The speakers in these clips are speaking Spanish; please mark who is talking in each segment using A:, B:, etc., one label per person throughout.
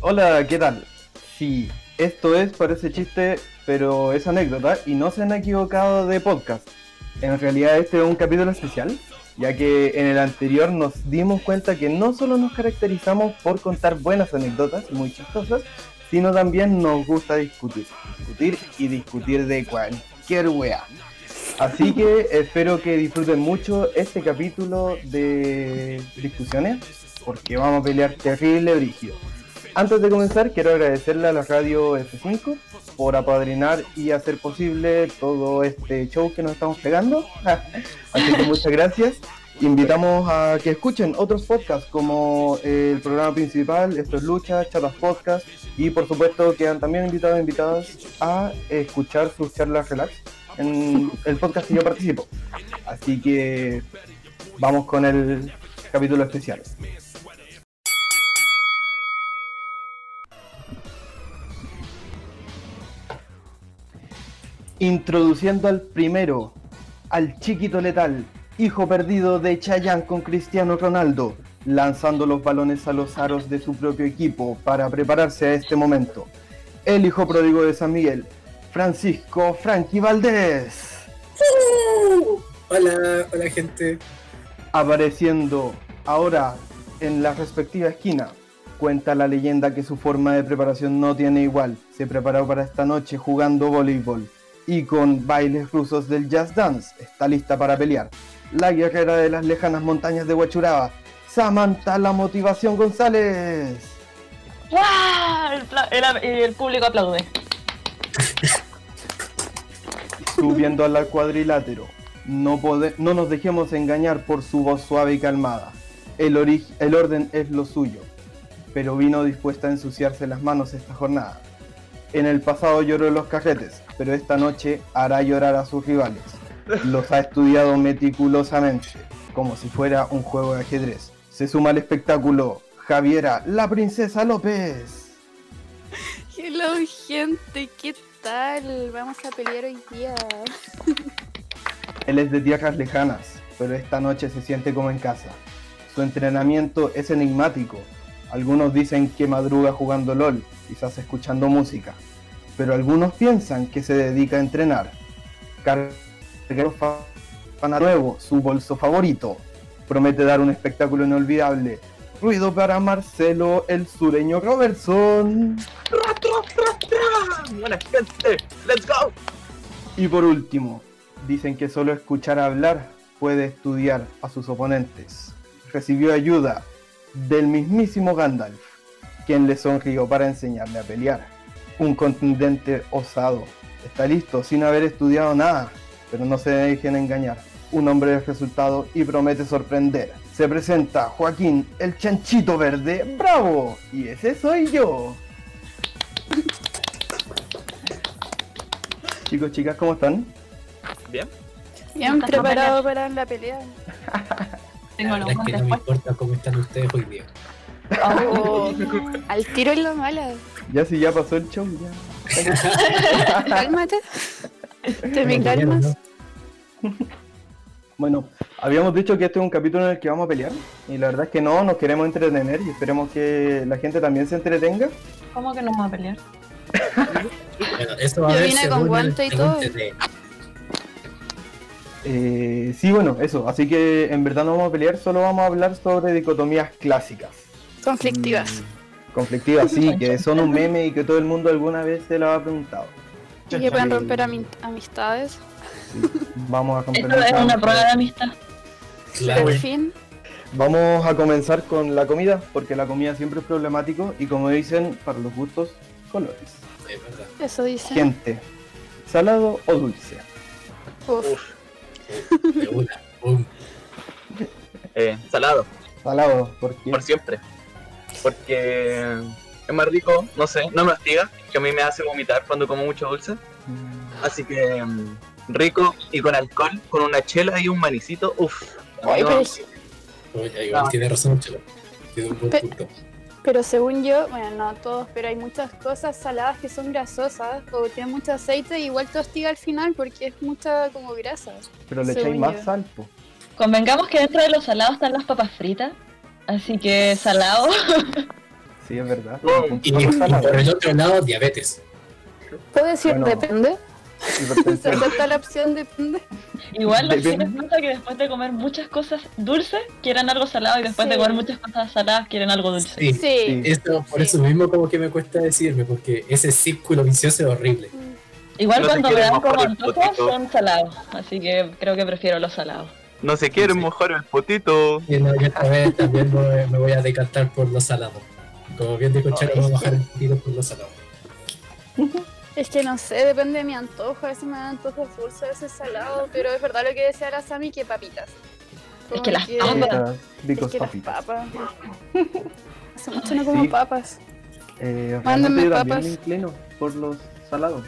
A: Hola, ¿qué tal? Sí, esto es, parece chiste, pero es anécdota y no se han equivocado de podcast. En realidad este es un capítulo especial, ya que en el anterior nos dimos cuenta que no solo nos caracterizamos por contar buenas anécdotas muy chistosas, sino también nos gusta discutir, discutir y discutir de cualquier wea. Así que espero que disfruten mucho este capítulo de discusiones, porque vamos a pelear terrible brígido. Antes de comenzar, quiero agradecerle a la radio F5 por apadrinar y hacer posible todo este show que nos estamos pegando. Así que muchas gracias. Invitamos a que escuchen otros podcasts como eh, el programa principal, Esto es Lucha, Charlas Podcast y por supuesto quedan también invitados e invitadas a escuchar sus charlas relax en el podcast que yo participo. Así que vamos con el capítulo especial. Introduciendo al primero, al chiquito letal, hijo perdido de Chayanne con Cristiano Ronaldo, lanzando los balones a los aros de su propio equipo para prepararse a este momento. El hijo pródigo de San Miguel, Francisco Frankie Valdés,
B: Hola, hola gente.
A: apareciendo ahora en la respectiva esquina. Cuenta la leyenda que su forma de preparación no tiene igual. Se preparó para esta noche jugando voleibol y con bailes rusos del jazz dance. Está lista para pelear. La guerrera de las lejanas montañas de Huachuraba, Samantha la Motivación González.
C: ¡Guau! El, pla- el a- el público aplaude.
A: subiendo al cuadrilátero. No, pode- no nos dejemos engañar por su voz suave y calmada. El, ori- el orden es lo suyo, pero vino dispuesta a ensuciarse las manos esta jornada. En el pasado lloró los cajetes, pero esta noche hará llorar a sus rivales. Los ha estudiado meticulosamente, como si fuera un juego de ajedrez. Se suma al espectáculo Javiera, la princesa López.
D: Hello gente, ¿qué tal? Vamos a pelear hoy día.
A: Él es de tierras lejanas, pero esta noche se siente como en casa. Su entrenamiento es enigmático. Algunos dicen que madruga jugando LOL, quizás escuchando música. Pero algunos piensan que se dedica a entrenar. Carguero Fana Nuevo, su bolso favorito. Promete dar un espectáculo inolvidable. Ruido para Marcelo, el sureño Robertson.
B: Buena gente, let's go.
A: Y por último, dicen que solo escuchar hablar puede estudiar a sus oponentes. Recibió ayuda del mismísimo Gandalf, quien le sonrió para enseñarle a pelear. Un contendente osado. Está listo sin haber estudiado nada, pero no se dejen engañar. Un hombre de resultado y promete sorprender. Se presenta Joaquín, el chanchito verde, bravo. Y ese soy yo. Chicos, chicas, ¿cómo están?
B: Bien.
D: ¿Han
C: Nunca se
D: preparado para la pelea?
B: La
C: Tengo los
B: verdad es que no me
C: guantes
B: importa cómo están ustedes hoy día.
D: Oh, al tiro en la mala.
A: Ya si ya pasó el show, ya.
D: Cálmate. Este Te me
B: No, primero,
D: calmas.
B: ¿no?
A: Bueno, habíamos dicho que este es un capítulo en el que vamos a pelear y la verdad es que no, nos queremos entretener y esperemos que la gente también se entretenga.
C: ¿Cómo que nos vamos a pelear?
B: Bueno, eso va a
D: Yo
B: ver
D: vine con
B: según el
D: guante y todo.
B: TT.
A: Eh, sí, bueno, eso, así que en verdad no vamos a pelear, solo vamos a hablar sobre dicotomías clásicas.
D: Conflictivas.
A: Mm, conflictivas, sí, que son un meme y que todo el mundo alguna vez se lo ha preguntado.
D: Y que pueden
A: Eh,
D: romper ami- amistades.
A: sí, vamos a romper
C: Esto es
A: nuestra-
C: una prueba de amistad.
B: Claro.
D: Por fin.
A: Vamos a comenzar con la comida, porque la comida siempre es problemático y como dicen, para los gustos, colores.
B: Es verdad.
D: Eso dicen.
A: Gente, salado o dulce.
D: Uf.
B: De una. Boom.
E: Eh, salado,
A: Salado, porque
E: por siempre. Porque es más rico, no sé, no me hostiga, que a mí me hace vomitar cuando como mucho dulce.
A: Mm,
E: Así que mm, rico y con alcohol, con una chela y un manicito, uff.
D: Ay, pero,
B: Oye, igual
E: No.
B: tiene razón, Chelo. Tiene un buen
D: Pe-
B: punto.
D: pero según yo, bueno, no todos, pero hay muchas cosas saladas que son grasosas o tienen mucho aceite y igual te hostiga al final porque es mucha como grasa.
A: Pero le
D: Según
A: echáis más
D: yo.
A: sal, po.
C: Convengamos que dentro de los salados están las papas fritas. Así que salado.
A: Sí, es verdad.
C: Oh,
E: No,
B: Y,
A: No
B: y
A: pasa nada.
B: por el otro lado, diabetes.
D: ¿Puedo decir
A: Bueno.
D: depende? ¿Se
A: Hipertensión.
D: acepta la opción depende?
C: Igual los
A: Depende.
C: chinos pasa que después de comer muchas cosas dulces quieren algo salado y después de
D: Sí.
C: comer muchas cosas saladas quieren algo dulce.
B: Sí.
D: Sí.
B: Esto, por eso mismo como que me cuesta decirme, porque ese círculo vicioso es horrible.
C: Igual
E: No te
C: cuando me
E: quieres
C: dan
E: mojar
C: como
E: el
C: antojos
E: potito.
C: son salados, así que creo que prefiero los salados.
E: No se quieren
B: Sí.
E: mojar el potito.
B: Y no, yo esta vez también me, me voy a decantar por los salados. Como bien dijo Charo, vamos a bajar el tiro por los salados.
D: Es que no sé, depende de mi antojo. A veces me dan antojos dulces, a veces salados. Pero es verdad lo que decía la Sami, que papitas. Como
C: que las
A: Sí,
C: papas.
A: está.
D: Es
A: eh, Ricos
D: que las
A: papitas.
D: papas. Hace mucho no como
A: Sí.
D: papas.
A: Eh, realmente
D: Mándenme
A: yo también
D: papas.
A: me inclino por los salados.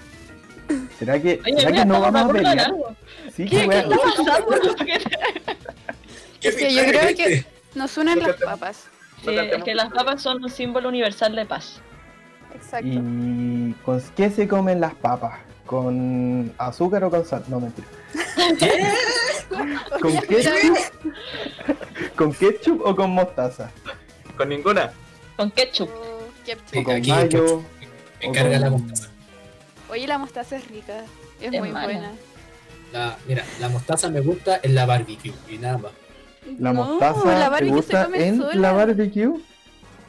A: ¿Será que,
C: Oye,
A: ¿será
C: mira,
A: que no
C: estamos de
A: vamos a
C: acuerdo en
A: pelear?
C: algo.
A: Sí,
C: ¿Qué,
A: qué
C: qué
A: wea.
C: está pasando? ¿Qué te-
D: Es que yo creo que nos unen las
E: Fíjate.
D: papas.
C: Sí,
E: No
C: es
E: cantemos.
C: que las papas son un símbolo universal de paz.
D: Exacto.
A: ¿Y con qué se comen las papas? ¿Con azúcar o con sal? No, mentira. ¿Con ketchup? ¿Con ketchup o con mostaza?
E: Con ninguna.
C: Con ketchup.
B: Sí,
A: ¿O con
B: aquí
A: mayo?
B: me carga la mostaza.
D: Oye, la mostaza es rica. Es,
C: Es
D: muy
C: mala.
D: buena.
B: La, mira, la mostaza me gusta en la barbecue y nada más.
A: ¿La
D: No,
A: mostaza
D: la
A: te
D: barbecue se
A: gusta
D: come
A: en
D: sola.
A: la barbecue?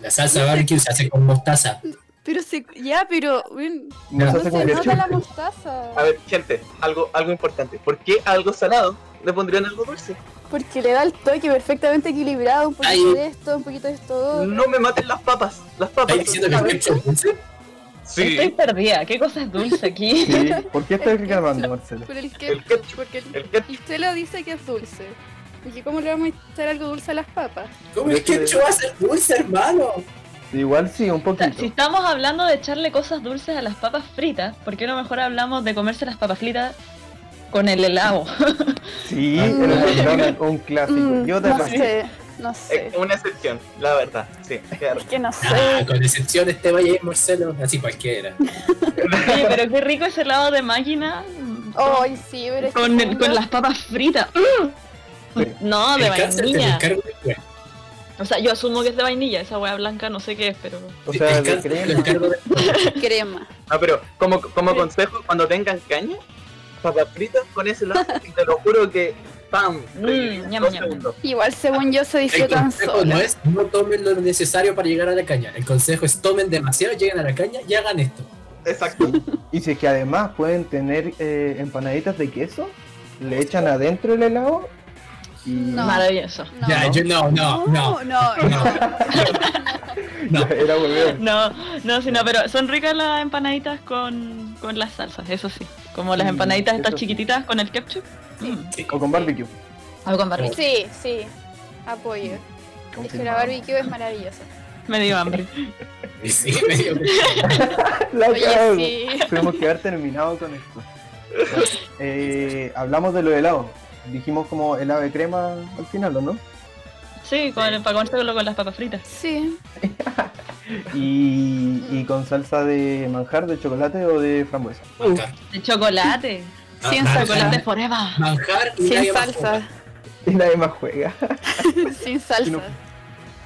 B: La salsa barbecue se hace con mostaza.
D: Pero se... Ya, pero... bueno,
A: ¿No
B: Ya.
A: se
D: No
A: hace con
D: se nota la
A: ketchup?
D: mostaza.
E: A ver, gente, algo, algo importante. ¿Por qué algo salado le pondrían algo dulce?
D: Porque le da el toque perfectamente equilibrado. Un poquito
B: Ay.
D: de esto, un poquito de esto. otro.
E: No me maten las papas. Las papas.
B: ¿Estás
E: son
B: diciendo que el
E: saladas.
B: ketchup es dulce?
C: Estoy
E: Sí,
C: perdida. ¿Qué cosa es dulce aquí?
A: Sí, ¿por qué estás reclamando, Marcelo?
D: Por el
E: El
D: ketchup.
E: ketchup.
D: Porque el,
E: el ketchup.
D: el Chelo dice que es dulce. Porque ¿cómo le vamos a echar algo dulce a las papas?
B: ¿Cómo el ketchup va a ser dulce, hermano?
A: Igual sí, un
C: O sea, si
A: poquito.
C: estamos hablando de echarle cosas dulces a las papas fritas, ¿por qué no mejor hablamos de comerse las papas fritas con el helado?
A: Sí,
B: Ah,
A: el
B: claro.
A: McDonald's, un clásico.
D: Mm,
A: Ah, Yo te
D: no
A: pasé.
D: sé, no sé.
E: Es una excepción, la verdad. Sí, claro.
D: Es que no
B: Ah,
D: sé.
B: con excepción este Valle y Marcelo, así cualquiera.
C: Oye, pero qué rico ese helado de máquina.
D: Ay, sí, pero es que
C: con, el-
D: según
C: con
D: yo-
C: las papas fritas. ¡Mm!
A: Sí.
C: No, de
B: el cáncer te lo
C: vainilla.
B: encargo después.
C: O sea, yo asumo que es de vainilla, esa hueá blanca no sé qué es, pero...
A: O sea,
B: el
A: de
B: cáncer te lo
A: crema.
B: encargo después.
D: crema.
E: Ah, pero como, como consejo, cuando tengan caña, papas fritas con ese lado, y te lo juro que ¡pam!
C: Mm, ñam,
E: Dos
C: ñam.
E: segundos.
D: Igual, según yo, se
B: El
D: disfrutan
B: consejo no
D: solas.
B: es no tomen lo necesario para llegar a la caña. El consejo es tomen demasiado, lleguen a la caña y hagan esto.
E: Exacto.
A: Y si es que además pueden tener eh, empanaditas de queso, le echan adentro el helado y...
D: No.
C: Maravilloso.
D: No. Uh,
B: Ya, yo no, no, no.
D: no,
B: no. No.
A: Era volver.
C: No, no, sí, no, pero son ricas las empanaditas con, con las salsas, eso sí. Como las
A: Mm,
C: empanaditas estas
A: eso sí.
C: chiquititas con el ketchup. Mm,
B: Sí.
A: O con barbecue.
C: algo con barbecue.
D: Sí, sí. Apoyo. Es que la barbecue es maravillosa.
C: Me dio hambre.
B: Y sí, me dio-
A: La
D: Oye,
A: cago.
D: sí.
A: Tuvimos que haber terminado con esto. Bueno, eh, hablamos de los helados. Dijimos como helado de crema al final, ¿o no?
C: Sí, con, para comérselo con las papas fritas.
D: Sí.
A: Y, y con salsa de manjar, de chocolate o de frambuesa.
B: Manjar.
C: De chocolate.
B: Ah,
D: Sin
B: manjar.
C: Chocolate forever.
B: Manjar y nadie
D: Sin
B: más
D: salsa.
A: Y nadie más juega.
D: Sin
A: Y no-
D: salsa.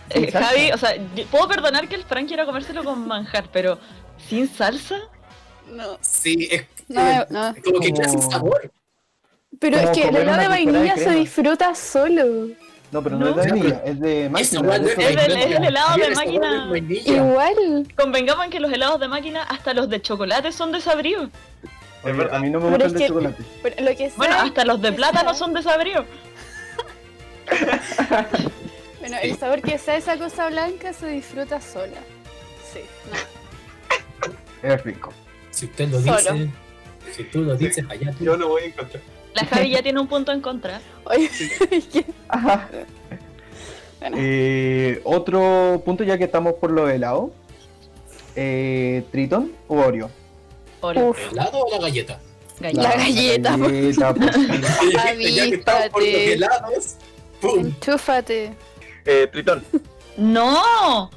C: Eh,
A: Sin salsa.
C: Javi, o sea, yo- puedo perdonar que el Frank quiera comérselo con manjar, pero sin salsa.
D: No.
B: come. Sí, es,
D: No, no.
B: es como que
A: Como-
B: queda sin sabor.
D: Pero
A: Como
D: es que el
A: comer
D: helado
A: una cucharada
D: de
A: de
D: vainilla se
A: crema.
D: disfruta solo.
A: No, pero no,
C: No.
A: es de vainilla, es de máquina.
B: Esa weá
A: de
B: no
A: eso
C: es
A: de-
C: del- es del helado
B: vainilla.
C: de
B: Sabor
C: máquina.
B: de vainilla.
D: Igual.
C: Convengamos en que los helados de máquina, hasta los de chocolate, son desabridos.
A: Oye,
E: Es verdad.
A: a mí no me
D: Pero
A: gusta
D: es
A: el de
D: que-
A: chocolate.
D: Pero lo que sea.
C: Bueno, hasta los de
D: que
C: plátano
D: sea.
C: son desabridos.
D: Bueno, el sabor que sea esa cosa blanca se disfruta sola. Sí. No.
A: Es rico.
B: Si usted lo
D: Solo.
B: dice, si tú lo dices, allá tú.
E: Yo lo voy a encontrar.
C: La Javi ya tiene un punto en contra.
D: Oye, es que-
A: Ajá.
D: Bueno.
A: Eh, otro punto, ya que estamos por lo helado. Eh, ¿Tritón o Oreo?
C: Oreo,
D: Uf.
B: ¿El helado o la galleta?
C: galleta.
D: La galleta,
A: galleta, pues.
B: Ya que estamos por los
D: Avíspate.
B: helados, ¡pum!
D: Enchúfate.
E: Eh, Tritón.
C: ¡No!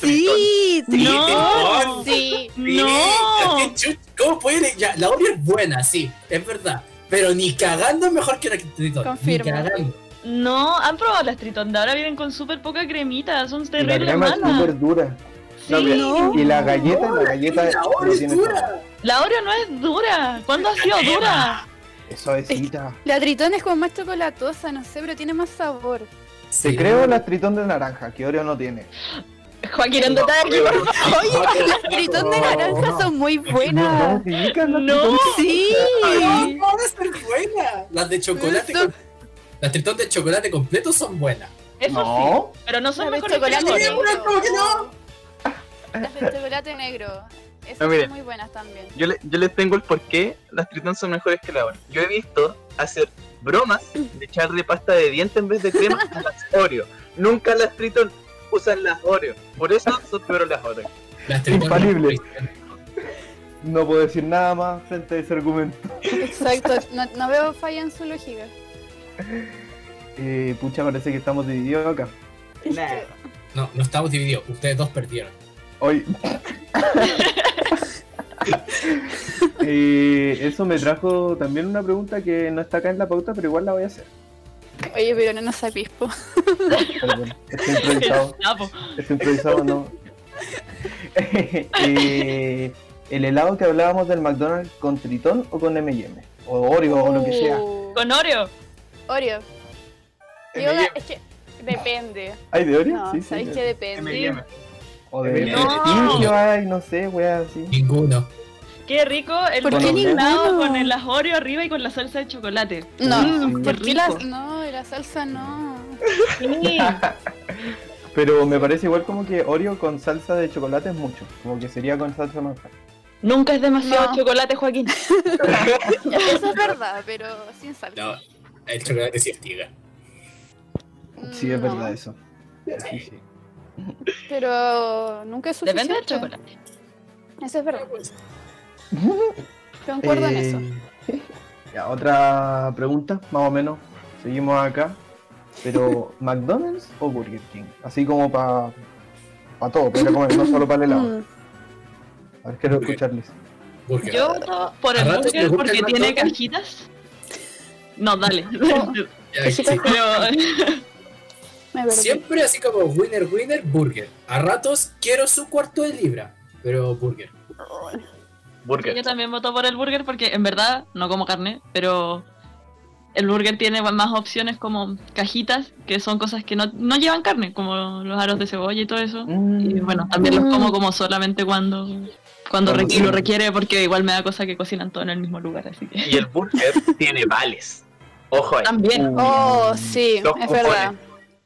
D: Sí,
C: Sí,
D: no.
B: tritón.
D: Sí.
C: ¡No!
B: ¿Qué chu- ¿Cómo puede? Ya, la Oreo es buena, sí, es verdad. Pero ni cagando es mejor que la que Tritón.
D: Confirmo.
B: Ni cagando.
C: No, han probado las tritón, de ahora vienen con súper poca cremita, son
A: Y la
C: terribles
A: crema es
C: malas.
A: súper dura. No, mira,
C: Sí.
A: y la galleta, la galleta
F: La hora
A: no
F: es
A: tiene sabor.
F: dura.
C: La Oreo no es dura. ¿Cuándo ha sido dura?
A: Eso es cita.
D: La tritón es como más chocolatosa, no sé, pero tiene más sabor.
B: Sí.
A: Creo la tritón de naranja, que Oreo no tiene.
C: Joaquín, andate de aquí, por favor.
D: Oye, las tritón de naranja son muy buenas.
A: No, ¿te ubicas la
C: No.
D: Sí.
F: No, no van a ser buena.
B: Las de chocolate.
D: Eso-
B: con- Las tritón de chocolate completo son buenas.
A: tritón?
C: Eso sí.
A: No.
C: Pero no son
D: La de
C: mejores que las Oreo.
D: chocolate.
F: Ninguna, ¿cómo que no?
D: Las de chocolate negro. Esas
E: No, miren.
D: son muy buenas también.
E: Yo, le- yo les tengo el por qué las Tritón son mejores que la Oreo. Yo he visto hacer bromas de echarle pasta de diente en vez de crema a las Oreo. Nunca las Tritón usan las Oreo. Por eso son peores las Oreo.
B: Las tritón.
A: Infalible. No puedo decir nada más frente a ese argumento.
D: Exacto, no, no veo falla en su lógica.
A: Eh, pucha, parece que estamos divididos acá.
F: Nah.
B: No, no estamos divididos. Ustedes dos perdieron.
A: Hoy. Eh, eso me trajo también una pregunta que no está acá en la pauta, pero igual la voy a hacer.
D: Oye, pero no nos apispo.
A: Perdón, es que improvisado.
C: Sapo.
A: Es improvisado, no. Eh, el helado que hablábamos del McDonald's con Tritón o con MM, o Oreo o lo que sea.
D: Uh,
C: Con Oreo.
D: Oreo.
E: M&M.
D: Yo, es que depende.
A: ¿Hay de Oreo?
D: No,
A: sí, sí.
D: sabéis que depende.
E: M&M.
A: O de
B: No.
A: Indio, ay, no sé, wea, así.
B: Ninguno.
C: Qué rico el
D: ¿Por
A: qué
C: helado
D: ninguno?
C: con las Oreo arriba y con la salsa de chocolate.
D: No,
A: Mm,
D: ¿por
C: qué
D: qué la,
C: rico.
D: no, la salsa no?
C: Sí.
A: Pero me parece igual como que Oreo con salsa de chocolate es mucho, como que sería con salsa de manjar.
C: Nunca es demasiado
D: No.
C: chocolate, Joaquín.
D: Eso es verdad, pero sin salsa.
B: No, el chocolate sí estiga.
D: Mm,
A: Sí, es
D: no,
A: verdad eso. Sí, sí.
D: Pero nunca es suficiente.
C: Depende del chocolate.
D: Eso es verdad. Concuerdo en
A: Eh,
D: eso.
A: Ya, otra pregunta, más o menos. Seguimos acá. Pero, ¿McDonald's o Burger King? Así como para pa todo, para comer, no solo para el helado.
D: Mm,
A: A ver, quiero escucharles.
B: Burger.
C: Yo voto por
B: A
C: el
B: ratos me
C: burger
B: gusta
C: porque
B: el
C: tiene
B: McDonald's.
C: cajitas. No, dale.
B: Ya, sí.
C: Pero
D: me perdí.
B: Siempre así como winner, winner, burger. A ratos quiero su cuarto de libra, pero burger.
C: yo
E: Burger.
C: también voto por el burger porque en verdad no como carne, pero el burger tiene más opciones como cajitas, que son cosas que no, no llevan carne, como los aros de cebolla y todo eso. Y
D: Mm.
C: bueno, también los como como solamente cuando cuando
A: Cuando
C: requ-
A: sí.
C: lo requiere, porque igual me da cosa que cocinan todo en el mismo lugar, así que...
E: Y el burger tiene vales. Ojo ahí.
C: También.
A: Uh,
D: Oh, sí,
E: Los
D: es verdad.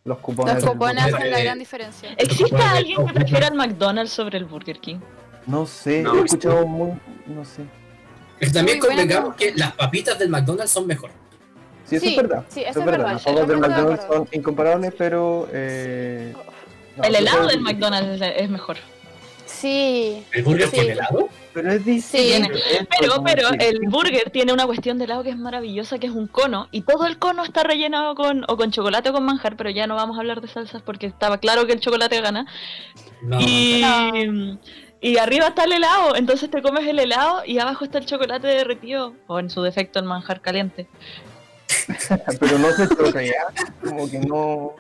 A: Los cupones.
D: Los copones
B: cupones
D: hacen la
B: de-
D: gran diferencia.
C: ¿Existe
B: Bueno,
C: alguien que
B: ojo,
C: prefiera el McDonald's sobre el Burger King?
A: No sé,
E: No.
A: he escuchado muy. No sé.
B: Pero también
D: Muy buena
B: convengamos que
D: pregunta.
B: las papitas del McDonald's son mejor.
A: Sí, eso
D: Sí,
A: es verdad.
D: sí, eso
A: eso
D: es
A: es verdad.
D: verdad,
A: Las papas del
D: totalmente de
A: McDonald's son
D: acuerdo.
A: incomparables, pero. eh, no,
C: el
A: yo
C: helado
A: creo
C: del
A: que-
C: McDonald's es- es mejor.
D: Sí.
B: ¿El burger
D: Sí.
B: con helado?
A: Pero es distinto. es
C: Pero,
A: como
C: pero
A: decir,
C: el burger tiene una cuestión de helado que es maravillosa, que es un cono, y todo el cono está rellenado con o con chocolate o con manjar, pero ya no vamos a hablar de salsas porque estaba claro que el chocolate gana.
B: No.
C: y,
D: Ah. No.
C: y arriba está el helado, entonces te comes el helado y abajo está el chocolate derretido, o en su defecto el manjar caliente.
A: Ah, Pero no se chorrea. Como que no.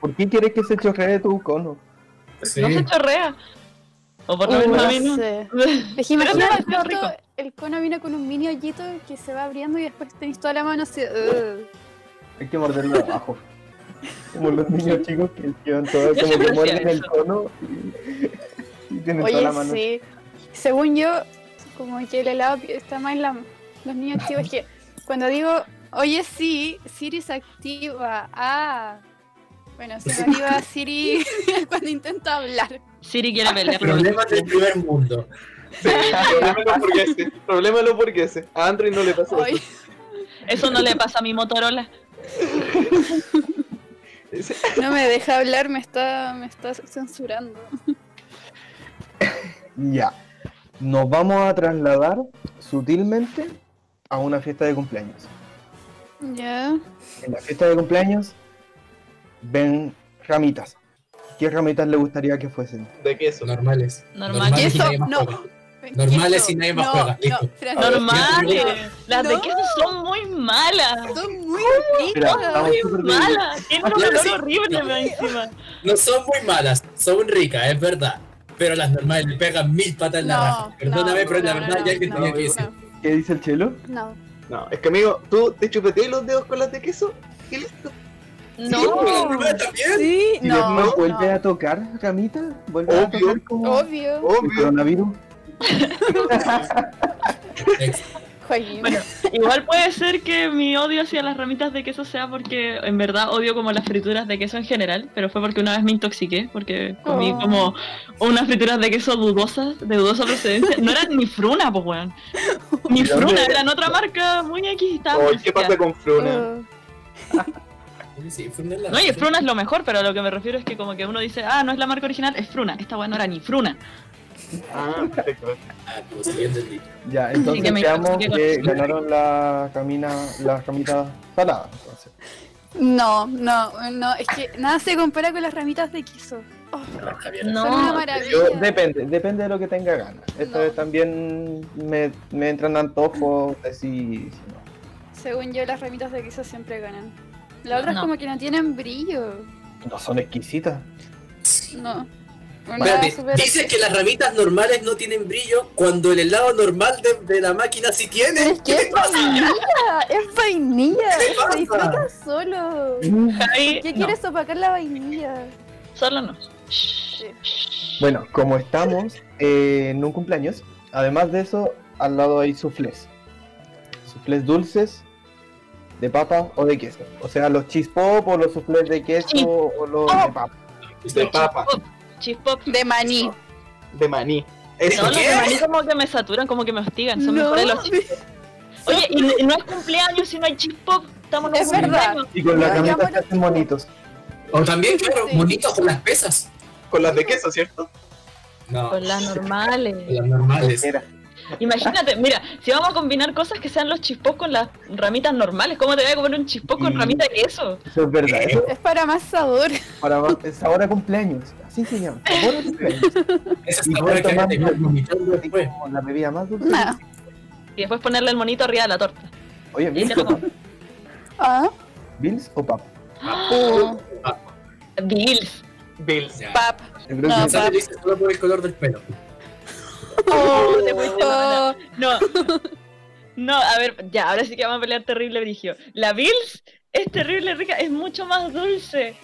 A: ¿Por qué quieres que se chorree tu cono?
B: Sí.
C: No se chorrea. O por lo
D: Uh,
C: menos a
D: no
C: mí no.
D: sé. Es que
C: Pero
D: imagínate
C: es demasiado
D: justo
C: rico.
D: el cono viene con un mini hoyito que se va abriendo y después tenéis toda la mano así. uh. "Ugh".
A: Hay que morderlo de abajo. Como los niños chicos que llevan todo,
C: Yo
A: como
C: siempre
A: que
C: hacía
A: muerden el
C: eso.
A: cono y, y tienen toda la
D: Oye,
A: mano.
D: sí. Según yo, como que el helado está más en la- los niños chicos. Es que cuando digo, oye, sí, Siri se activa. Ah. Bueno, se me activa Siri cuando intento hablar.
C: Siri quiere pelear.
B: Problemas del primer mundo.
E: Problema los burgueses. Problema los burgueses. A Android no le pasa eso.
D: Oye,
C: Eso no le pasa a mi Motorola.
D: no me deja hablar, me está, me está censurando.
A: Ya. Nos vamos a trasladar sutilmente a una fiesta de cumpleaños.
D: Ya.
A: En la fiesta de cumpleaños ven ramitas. ¿Qué ramitas le gustaría que fuesen?
E: De queso.
B: Normales.
C: Normal.
B: Normales y
D: Queso,
B: nadie más
D: no.
B: juega. Normales y nadie más
D: no,
B: juega,
D: No,
B: listo.
D: Francisco,
C: Normales. Las de
D: No.
C: queso son muy malas.
D: son muy
A: Mira,
D: ricas.
A: estamos súper bien.
E: Ah,
C: Malas. Tienen un
B: Claro,
C: olor
B: sí.
C: horrible más encima.
B: No son muy malas, son ricas, es verdad. Pero las normales le pegan mil patas en la
D: No,
B: raja. Perdóname,
D: no,
B: pero la
D: no,
B: verdad
D: no,
B: ya alguien
D: no,
B: tenía que
D: no.
B: decir.
A: ¿Qué dice el chelo?
D: No.
E: No, es que amigo, tú te chupeteas los dedos con las de queso y listo.
B: Sí, pero la
D: No.
B: primera también.
D: Sí,
A: Si después
D: no.
A: vuelve
D: no.
A: a tocar, Camita, vuelve a
E: Obvio.
A: tocar como
D: Obvio.
A: el
E: Obvio.
A: coronavirus.
B: Ex-
D: Joaquín.
C: Bueno, Igual puede ser que mi odio hacia las ramitas de queso sea porque en verdad odio como las frituras de queso en general, pero fue porque una vez me intoxiqué, porque comí
D: Oh.
C: como unas frituras de queso dudosas, de dudosa procedencia. No eran ni fruna, pues weón. Ni
E: ¿De dónde
C: fruna,
E: era?
C: eran otra marca muy X. estaba
E: Oh,
C: muy
E: ¿Qué
C: fea.
E: pasa con Fruna?
D: Uh,
B: Sí, Fruna es la
C: No, y
B: raja.
C: Fruna es lo mejor, pero a lo que me refiero es que como que uno dice, ah, no es la marca original, es Fruna. Esta weón no era ni Fruna.
E: Ah, perfecto.
B: Ah, como si bien entendí.
A: Ya,
C: Sí,
A: entonces
C: que me
A: veamos
C: intoxiqué con
A: que
C: eso.
A: ganaron la camina, las camitas saladas. Entonces.
D: no, no, no. Es que nada se compara con las ramitas de queso.
B: No, Javier.
C: No.
D: Son una
A: Yo-
D: maravilla.
A: depende, depende de lo que tenga ganas. Esta
D: No.
A: vez también me, me entran antojos de si, si no.
D: Según yo, las ramitas de queso siempre ganan. La otra
C: No.
D: es como que no tienen brillo.
A: No son exquisitas.
D: No. Una
B: Espérate,
D: super-
B: dices que las ramitas normales no tienen brillo cuando el helado normal de, de la máquina sí tiene.
D: Es que es vainilla, es vainilla,
B: pasa?
D: se disfruta solo.
A: Mm.
C: Ahí,
D: ¿Qué
C: no,
D: quieres opacar la vainilla?
C: Solo no.
A: Bueno, como estamos eh, en un cumpleaños, además de eso, al lado hay soufflés. Soufflés dulces, de papa o de queso. O sea, los chispop o los soufflés de queso
C: Sí.
A: o los de papa.
E: De papa,
C: Chispop.
D: De maní.
E: de maní.
C: No,
E: ¿Eso
C: los
E: qué?
C: de maní como que me saturan, como que me hostigan. Son mejores los Oye, y n- no es cumpleaños si no hay chispop. Estamos en
D: Es
C: un
D: verdad.
C: cumpleaños.
A: Y con la
D: Ya, este
A: camita
D: bueno,
A: se hacen bonitos.
B: O también, claro,
D: Sí.
B: bonitos con las pesas.
E: Con las de queso, ¿cierto?
B: No,
C: Con las
B: con
C: normales.
B: las normales.
A: Era.
C: Imagínate, mira, si vamos a combinar cosas que sean los chispos con las ramitas normales, ¿cómo te voy a comer un chispop con
A: Mm.
C: ramita de queso?
A: Eso es verdad. Eso
D: Es para más sabor.
A: para es sabor a cumpleaños. Así se llama. Sabor a cumpleaños.
B: Esas
A: Y
B: sabores que
A: cuánto más
B: te van vomitando
A: Así
B: después.
A: como la bebida más dulce.
D: No.
C: Y después ponerle el monito arriba de la torta.
A: Oye,
C: Y
A: Bills
C: te
A: o
C: lo
A: papa.
C: comes.
D: Ah, oh.
A: Bills o papa.
C: Oh. Bills.
E: Bills.
B: Ya.
D: pap.
A: Yo creo
D: No,
A: que-
B: Esa le dice solo por el color del pelo.
C: Oh, te fuiste, banana. No. No, a ver, ya, ahora sí que vamos a pelear terrible, Brigio. La Bills es terrible rica, es mucho más dulce.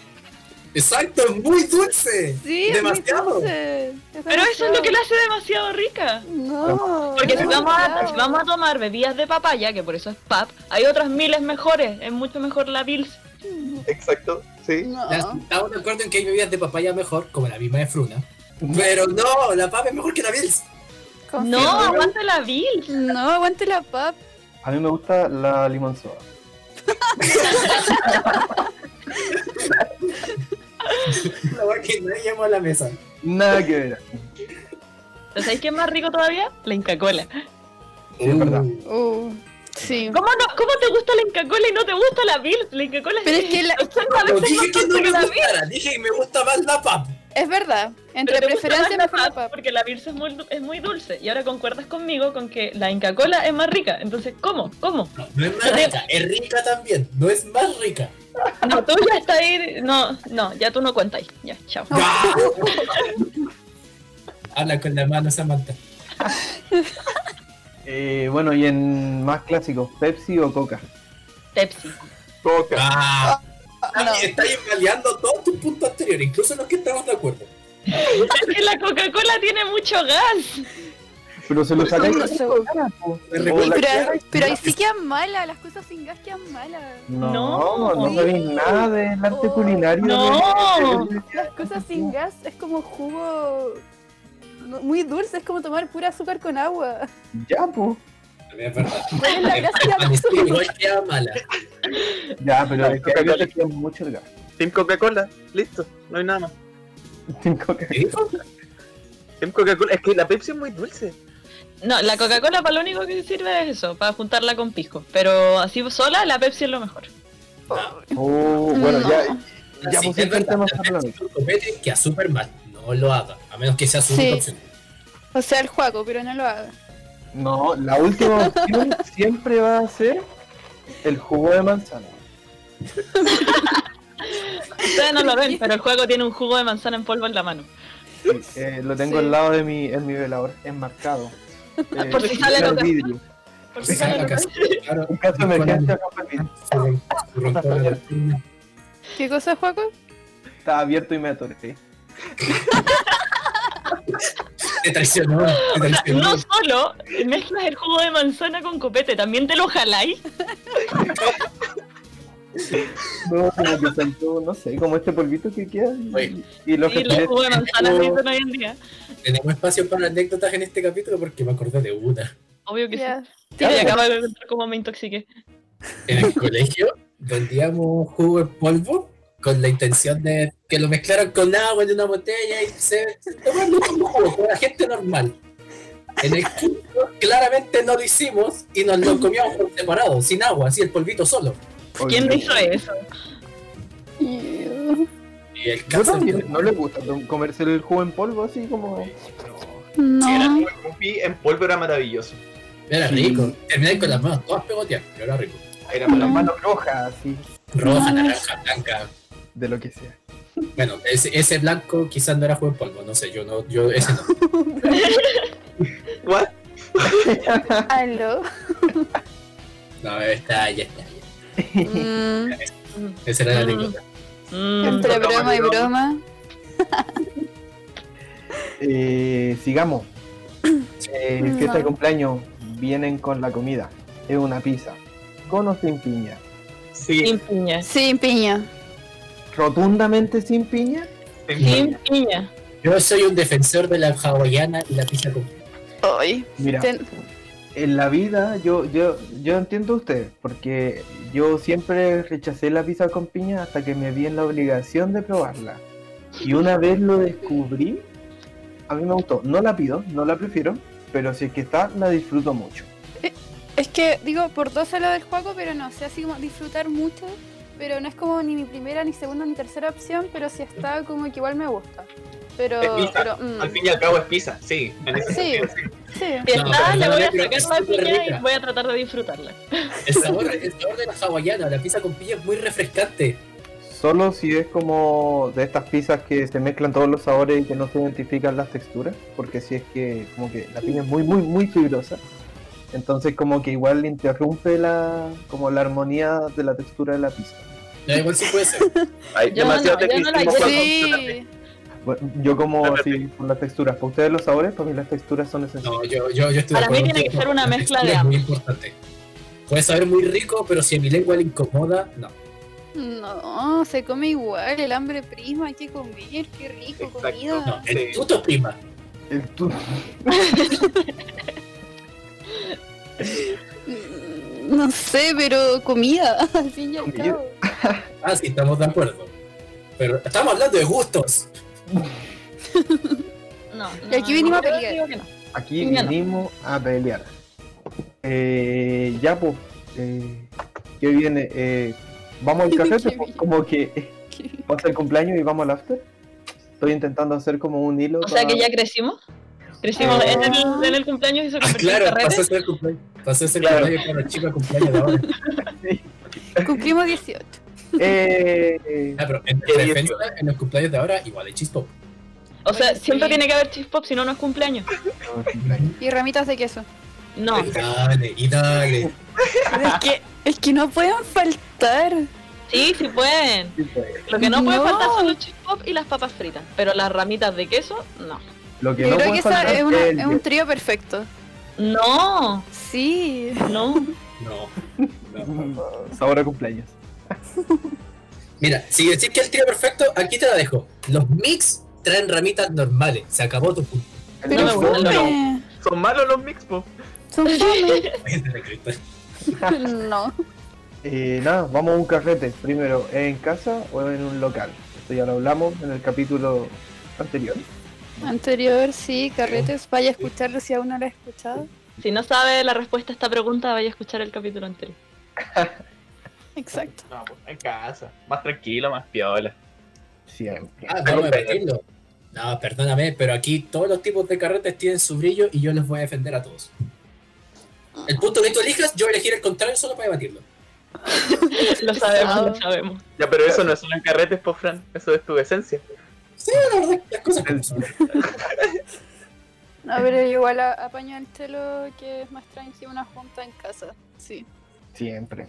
B: Exacto, es muy dulce.
D: Sí, es muy
B: Demasiado.
D: dulce. Es
C: Pero eso es lo que
D: demasiado.
C: la hace demasiado rica.
D: No.
C: Porque
D: es
C: si vamos, a,
D: demasiado.
C: si vamos a tomar bebidas de papaya, que por eso es pap, hay otras miles mejores. Es mucho mejor la Bills.
E: Exacto, sí.
B: Las-
D: No.
B: Estamos de acuerdo en que hay bebidas de papaya mejor, como la misma de Fruna. Pero no, la papa es mejor que la Bills.
D: Confirmo.
C: No, aguanta la Bills.
D: No, aguante la pap.
A: A mí me gusta la limón soda.
B: La verdad que nadie llamó a la mesa.
A: Nada que ver.
C: Entonces, ¿Sabéis qué es más rico todavía? La Inca Cola.
A: Sí, es verdad.
D: Uh, sí.
C: ¿Cómo, no, ¿Cómo te gusta la Inca Cola y no te gusta la Bills? La Inca Cola
D: Pero es que la-
C: 80
B: Pero
C: veces
B: dije
C: más
B: que no
C: dulce
B: me
C: que la Bills.
B: gustara, dije que me gusta más la papa.
D: Es verdad. Entre
C: Pero te gusta
D: preferencia
C: más
D: mejor
C: la
D: la
C: pap,
D: pap.
C: Porque la Bills es muy, du- es muy dulce. Y ahora concuerdas conmigo con que la Inca Cola es más rica. Entonces, ¿cómo? ¿Cómo?
B: No, no es más rica, es rica también, no es más rica.
C: No, tú ya estás ahí. No, no, ya tú no cuentas ahí. Ya, chao.
B: ¡Ah! Habla con la mano Samantha.
A: Eh, bueno, y en más clásicos, Pepsi o Coca.
C: Pepsi.
E: Coca.
B: Ah,
D: No.
B: Estás invaliando todos tus puntos anteriores, incluso los que estamos de acuerdo.
C: Es que la Coca-Cola tiene mucho gas.
A: Pero se lo sacáis.
D: No, seguro.
B: Me
A: Sí,
B: recuerda que
D: Pero, pero ahí
B: es-
D: sí quedan malas, las cosas sin gas quedan malas.
A: No,
C: No.
A: no, sabéis nada del arte
D: Oh,
A: culinario.
C: no.
A: de-
D: Las cosas sin gas es como jugo no- muy dulce, es como tomar pura azúcar con agua.
A: Ya, pues.
B: Es verdad.
D: ¿Cuál es la gracia de eso?
B: Igual queda mala.
A: Ya, pero
E: Claro,
A: es que hay
E: Coca-Cola.
A: veces que es mucho el gas.
E: Team Coca-Cola. Listo, no hay nada más.
A: Sin Coca.
B: ¿Qué dijo?
E: Team Coca-Cola. Es que la Pepsi es muy dulce.
C: No, la Coca-Cola para lo único que sirve es eso, para juntarla con pisco. Pero así sola, la Pepsi es lo mejor.
A: Oh, bueno, ya. Ya
B: Sí,
A: pusiste el tema para
B: Si tú cometes que a Superman no lo haga, a menos que sea su
D: Sí.
B: única opción.
D: O sea, el juego, pero no lo haga.
A: No, la última opción siempre va a ser el jugo de manzana.
C: Ustedes no lo ven, pero el juego tiene un jugo de manzana en polvo en la mano.
A: Sí, eh, lo tengo
D: Sí.
A: al lado de mi, en mi velador, enmarcado. Eh,
C: Por si sale la
A: el
C: otra.
A: vidrio.
C: Por si
B: Se sale
C: sale
B: la
C: lo que-
B: casa. Claro,
A: En caso de emergencia, pues, rompo el vidrio.
B: se rom- se rompió la cortina.
D: ¿Qué cosa, Juaco?
A: Está abierto y me atoré.
B: Te traicionó, te
C: O sea,
B: traicionó.
C: no solo mezclas el jugo de manzana con copete, también te lo jaláis.
A: No, como que saltó, no sé, como este polvito que queda.
B: Oye.
A: Y, y lo que
C: Sí, los
A: tenés-
C: jugos de manzana
A: Oh.
C: se dicen hoy en día.
B: Tenemos espacio para anécdotas en este capítulo porque me acordé de una.
C: Obvio que
D: Ya.
C: sí. Sí, acabo de contar cómo me intoxiqué.
B: En el colegio vendíamos jugo en polvo con la intención de que lo mezclaran con agua en una botella y se se tomarlo como jugo, como la gente normal. En el quinto claramente no lo hicimos y nos lo comíamos por separado, sin agua, así el polvito solo.
C: ¿Quién
A: Oye,
C: hizo eso?
B: Y el
A: ¿No,
B: caso
A: también, no le gusta tom- comerse el jugo en polvo así como.
D: No.
E: Rupi en polvo era maravilloso.
B: era rico. Terminé con las manos todas pegoteadas, pero era rico.
E: Era
A: Con las
E: maravilloso.
A: manos rojas, así,
B: Roja, naranja, blanca,
A: de lo que sea.
B: Bueno, ese, ese blanco quizás no era juego en polvo, no sé, yo no, yo ese no.
E: What?
D: ¿Aló?
B: No, está, ya está. ya.
D: Mm,
B: Esa era la
C: Mm.
B: anécdota.
C: Mm,
D: entre
E: Broma,
D: broma y
E: broma.
D: broma.
A: Eh, sigamos. Eh, fiesta de
D: No.
A: cumpleaños vienen con la comida. Es una pizza. Con o sin piña.
E: Sí,
C: sin piña.
D: Sin piña.
A: Rotundamente sin piña.
C: Sin piña.
B: Yo soy un defensor de la hawaiana y la pizza con.
D: Hoy.
A: Mira,
D: Ten-
A: en la vida yo, yo, yo entiendo a usted, porque yo siempre rechacé la pizza con piña hasta que me vi en la obligación de probarla. Y una vez lo descubrí, a mí me gustó. No la pido, no la prefiero, pero si es que está, la disfruto mucho.
D: Es que, digo, por dos a lo del juego, pero no sé, así como disfrutar mucho. Pero no es como ni mi primera, ni segunda, ni tercera opción, pero si está como que igual me gusta. Pero,
E: Es pizza,
D: pero, mm,
E: al fin y al cabo es pizza, sí. En
D: Sí.
E: ese sentido, sí.
D: sí.
C: Si
B: No,
C: está,
B: pero
C: le
B: no,
C: voy a
B: pero es
C: sacar la
B: súper
C: piña
B: rica.
C: y voy a tratar de disfrutarla.
B: El sabor, el sabor de la hawaiana, la pizza con piña es muy refrescante.
A: Solo si es como de estas pizzas que se mezclan todos los sabores y que no se identifican las texturas, porque si es que como que la piña es muy muy muy fibrosa, entonces como que igual interrumpe la como la armonía de la textura de la pizza.
B: No, igual sí puede ser.
E: Hay
C: Yo
E: demasiado
C: no, yo no la
E: tecnicismo
C: hice.
E: cuando-
D: Sí.
A: Bueno, yo como
E: Perfecto.
A: así por las texturas, para ustedes los sabores, para mí las texturas son esenciales.
B: No, yo, yo, yo estoy
C: Para mí
B: acuerdo
C: tiene que ser una
B: la
C: mezcla
B: textura
C: de
B: es muy importante. Puede saber muy rico, pero si a mi lengua le incomoda, no.
D: No, se come igual, el hambre prima, hay que comer, qué rico,
E: Exacto.
C: Ah.
D: comida.
B: No, el
E: Sí.
B: tuto prima.
A: El tu-
D: Mm, No sé, pero comida, al fin y al
A: Comida.
D: cabo.
B: Ah, sí, estamos de acuerdo. Pero estamos hablando de gustos.
C: No,
D: Y aquí vinimos a
C: yo
D: pelear.
C: digo que no.
A: Aquí
C: Piña no.
A: vinimos a pelear. Eh, ya pues, eh, ¿qué viene? Eh, ¿Vamos al café?
D: Qué
A: po?
D: bien.
A: como que pasa el cumpleaños y vamos al after. Estoy intentando hacer como un hilo.
C: O sea que
A: para-
C: ya crecimos. Crecimos
A: Eh.
C: en, el, en el cumpleaños y se
B: Ah,
C: convirtió
B: claro,
C: en carrete.
B: pasó a ser cumpleaños. Pasó a ser
A: Claro.
B: cumpleaños con la chica cumpleaños de ahora.
D: Cumplimos 18.
A: Eh, eh,
B: Ah, pero en
A: Qué bien,
B: defensa, en los cumpleaños de ahora, igual es chispo.
C: O sea,
D: Oye, sí.
C: siempre tiene que haber chispop, si no, no es cumpleaños.
D: Y ramitas de queso.
C: No.
B: Y dale, y dale.
D: Pero es que, es que no pueden faltar.
C: Sí, sí pueden. Lo que no, puede
D: No.
C: faltar son los chips pop y las papas fritas. Pero las ramitas de queso, no.
A: Lo que
D: Yo
A: no
D: creo que
A: puede
D: esa
A: faltar
D: es, una-
A: el
D: es un trío perfecto.
C: No,
D: Sí.
C: no.
B: No. no.
A: hielo. sabor a cumpleaños.
B: Mira, si decís que el trío perfecto, aquí te la dejo. Los mix traen ramitas normales. Se acabó tu punto.
D: Pero
C: me gusta,
D: fome.
E: Son malos los mixpos.
D: Son fome. no.
A: Eh, nada, vamos a un carrete. Primero, ¿es en casa o en un local? Esto ya lo hablamos en el capítulo anterior.
D: Anterior, sí, carretes. Vaya a escucharlo si aún no lo has escuchado.
C: Si no sabe la respuesta a esta pregunta, vaya a escuchar el capítulo anterior.
D: Exacto.
E: No, pues en casa. Más tranquilo, más piola.
A: Siempre.
B: Ah, vamos a repetirlo. No, perdóname, pero aquí todos los tipos de carretes tienen su brillo y yo los voy a defender a todos. El punto que tú elijas, yo voy a elegir el contrario solo para debatirlo.
C: Lo sabemos, lo sabemos.
E: Ya, pero eso no son los carretes, po, Fran. Eso es tu esencia.
B: Sí, la verdad, las cosas como son.
D: No, pero igual a- apaño el chelo que es más tranqui una junta en casa. Sí.
A: Siempre.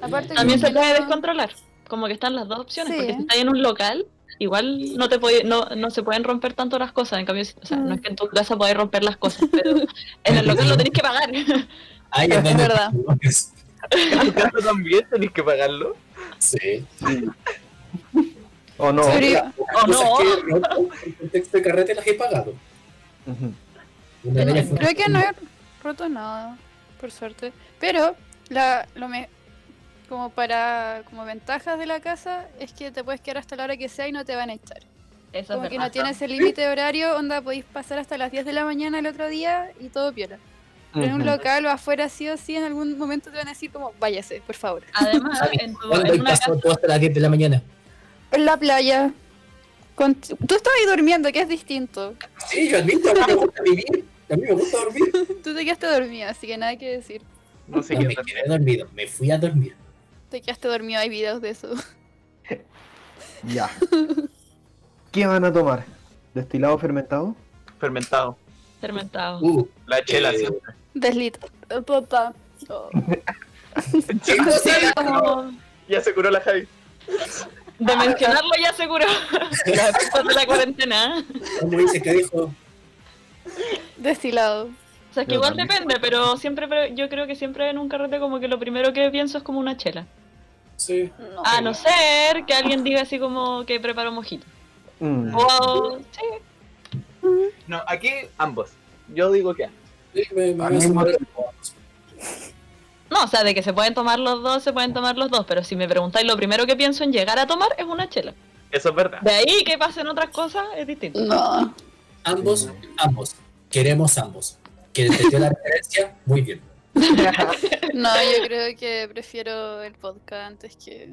D: Aparte
C: También
D: que
C: se puede
D: no-
C: descontrolar. Como que están las dos opciones,
D: Sí.
C: porque si estás en un local, igual no te puede, no, no se pueden romper tanto las cosas. En cambio, si- o sea, no es que en tu casa podáis romper las cosas, pero en el local lo tenéis que pagar.
B: Ahí es
D: Es
B: donde.
D: verdad.
E: En tu caso también tenés que pagarlo.
B: Sí.
A: ¿O Oh, no?
D: Pero yo-
B: Las cosas
C: no.
B: que rompo en contexto de carrete las he pagado.
A: Ujú.
B: Una de ellas fue-
D: Creo que no he roto nada, por suerte. Pero la, lo me, como para como ventajas de la casa es que te puedes quedar hasta la hora que sea y no te van a echar.
C: Eso es
D: Como que no
C: verdad.
D: tienes el límite de horario, onda podéis pasar hasta las 10 de la mañana el otro día y todo piola. Pero en un
A: Ujú.
D: local o afuera sí o sí en algún momento te van a decir como váyase, por favor.
C: Además, en, tu-
B: ¿Cuándo
C: en
B: ahí
C: una
B: pasó
C: casa,
B: todo hasta las 10 de la mañana?
D: En la playa. Con- Tú estabas ahí durmiendo, que es distinto.
B: Sí, yo admito, a mí me gusta vivir. A mí me gusta dormir.
D: Tú te quedaste dormido, así que nada que decir.
E: No sé
B: No,
E: qué
B: me quedé dormido, me fui a dormir.
D: Te quedaste dormido, hay videos de eso.
A: Ya. ¿Qué van a tomar? ¿Destilado fermentado?
E: Fermentado.
C: fermentado.
B: Uh,
E: La chela,
B: Eh,
E: siempre.
D: Deslito. Papá. Oh.
B: ¿qué cosa era?
C: Como
E: Ya se curó la Javi.
C: de mencionarlo ya seguro. Después de la cuarentena.
B: ¿Cómo dice que dijo?
D: Destilado.
C: O sea, que
A: Pero
C: igual
A: también-
C: depende, pero siempre pre- yo creo que siempre en un carrete como que lo primero que pienso es como una chela.
B: Sí.
D: No.
C: A no ser que alguien diga así como que preparo mojito.
A: Mm.
C: O sí,
E: No, aquí ambos. Yo digo que ambos.
B: Sí, me, me
A: A
B: voy a
A: mí
B: sumar.
C: No, o sea, de que se pueden tomar los dos, se pueden tomar los dos, pero si me preguntáis, lo primero que pienso en llegar a tomar es una chela.
E: Eso es verdad.
C: De ahí que pasen otras cosas es distinto.
D: No.
B: Ambos, ambos. Queremos ambos. Que entendió la referencia, muy bien.
D: No, yo creo que prefiero el podcast antes que.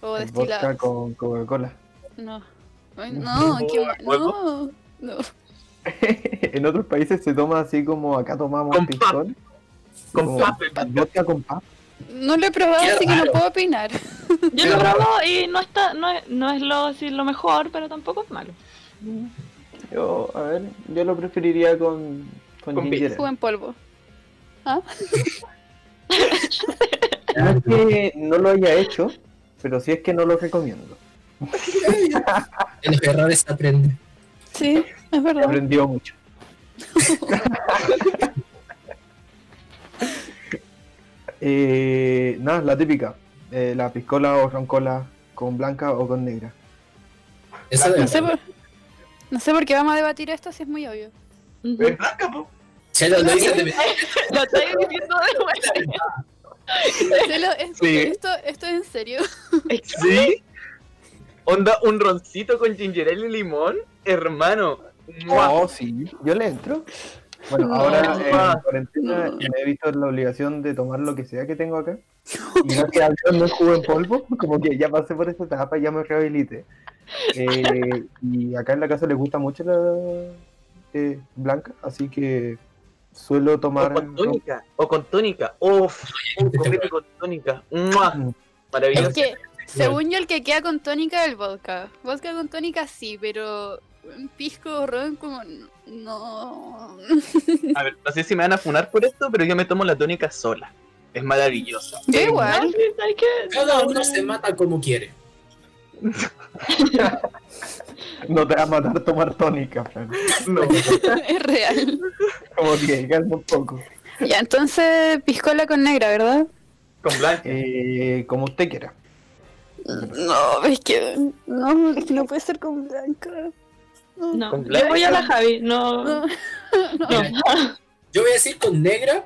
D: O
A: El vodka
D: destilado.
A: con Coca-Cola.
D: No. Ay, no,
E: ¿Con
D: qué ma-
E: huevo?
D: No. No.
A: en otros países se toma así como acá tomamos
E: Con
A: pistón.
E: Con
A: Como
E: papel.
A: Vodka con pap.
D: No lo he probado,
B: Qué
D: así que
B: raro.
D: no puedo opinar.
C: Yo lo probo y no está, no es, no es lo, así, lo mejor, pero tampoco es malo.
A: Yo, a ver, yo lo preferiría con, con,
E: Con
A: ginger ale.
D: Jugo en polvo.
A: No es que no lo haya hecho, pero sí es que no lo recomiendo.
B: En los errores se aprende.
D: Sí, es
A: He
D: verdad.
A: aprendido mucho. Eh, nada, la típica. eh, la piscola o roncola con blanca o con negra.
B: Eso
D: No
B: de
D: sé, por... no sé por qué vamos a debatir esto si es muy obvio.
E: Es
C: Ujú.
E: blanca, po.
B: Chelo lo dice de
C: Lo estáis diciendo de nuevo.
D: Celo, es-
E: Sí.
D: esto, esto es en serio.
E: Sí. Onda, un roncito con ginger ale y limón. Hermano. ¡Mua!
A: Oh, sí, yo le entro. Bueno,
D: No.
A: ahora eh,
E: Ah.
A: en cuarentena me he visto la obligación de tomar lo que sea que tengo acá. Y gracias a Dios no es jugo en polvo, como que ya pasé por esa etapa y ya me rehabilité. Eh, y acá en la casa les gusta mucho la eh, blanca, así que suelo
E: O
A: tomar.
E: con tónica. O con tónica. Uf. Un copete con tónica. ¡Mua!
A: Mm.
D: Es
E: Maravilloso.
D: que, según yo, el que queda con tónica es el vodka. Vodka con tónica sí, pero un pisco o ron como... No...
E: A ver, no sé si me van a funar por esto, pero yo me tomo la tónica sola. Es maravilloso.
D: Yo
C: No,
D: igual.
C: sí, ¿sabes qué?
B: Cada uno se mata como quiere.
A: No te va a matar tomar tónica, Fran.
E: No.
D: es real.
A: Como que calma un poco.
D: Ya, entonces piscola con negra, ¿verdad?
E: Con blanca.
A: Eh, como usted quiera.
D: No, es que no, es que no puede ser con blanca.
C: No,
E: Con
C: yo voy a la Javi, no.
D: No.
C: no.
B: Yo voy a decir con negra,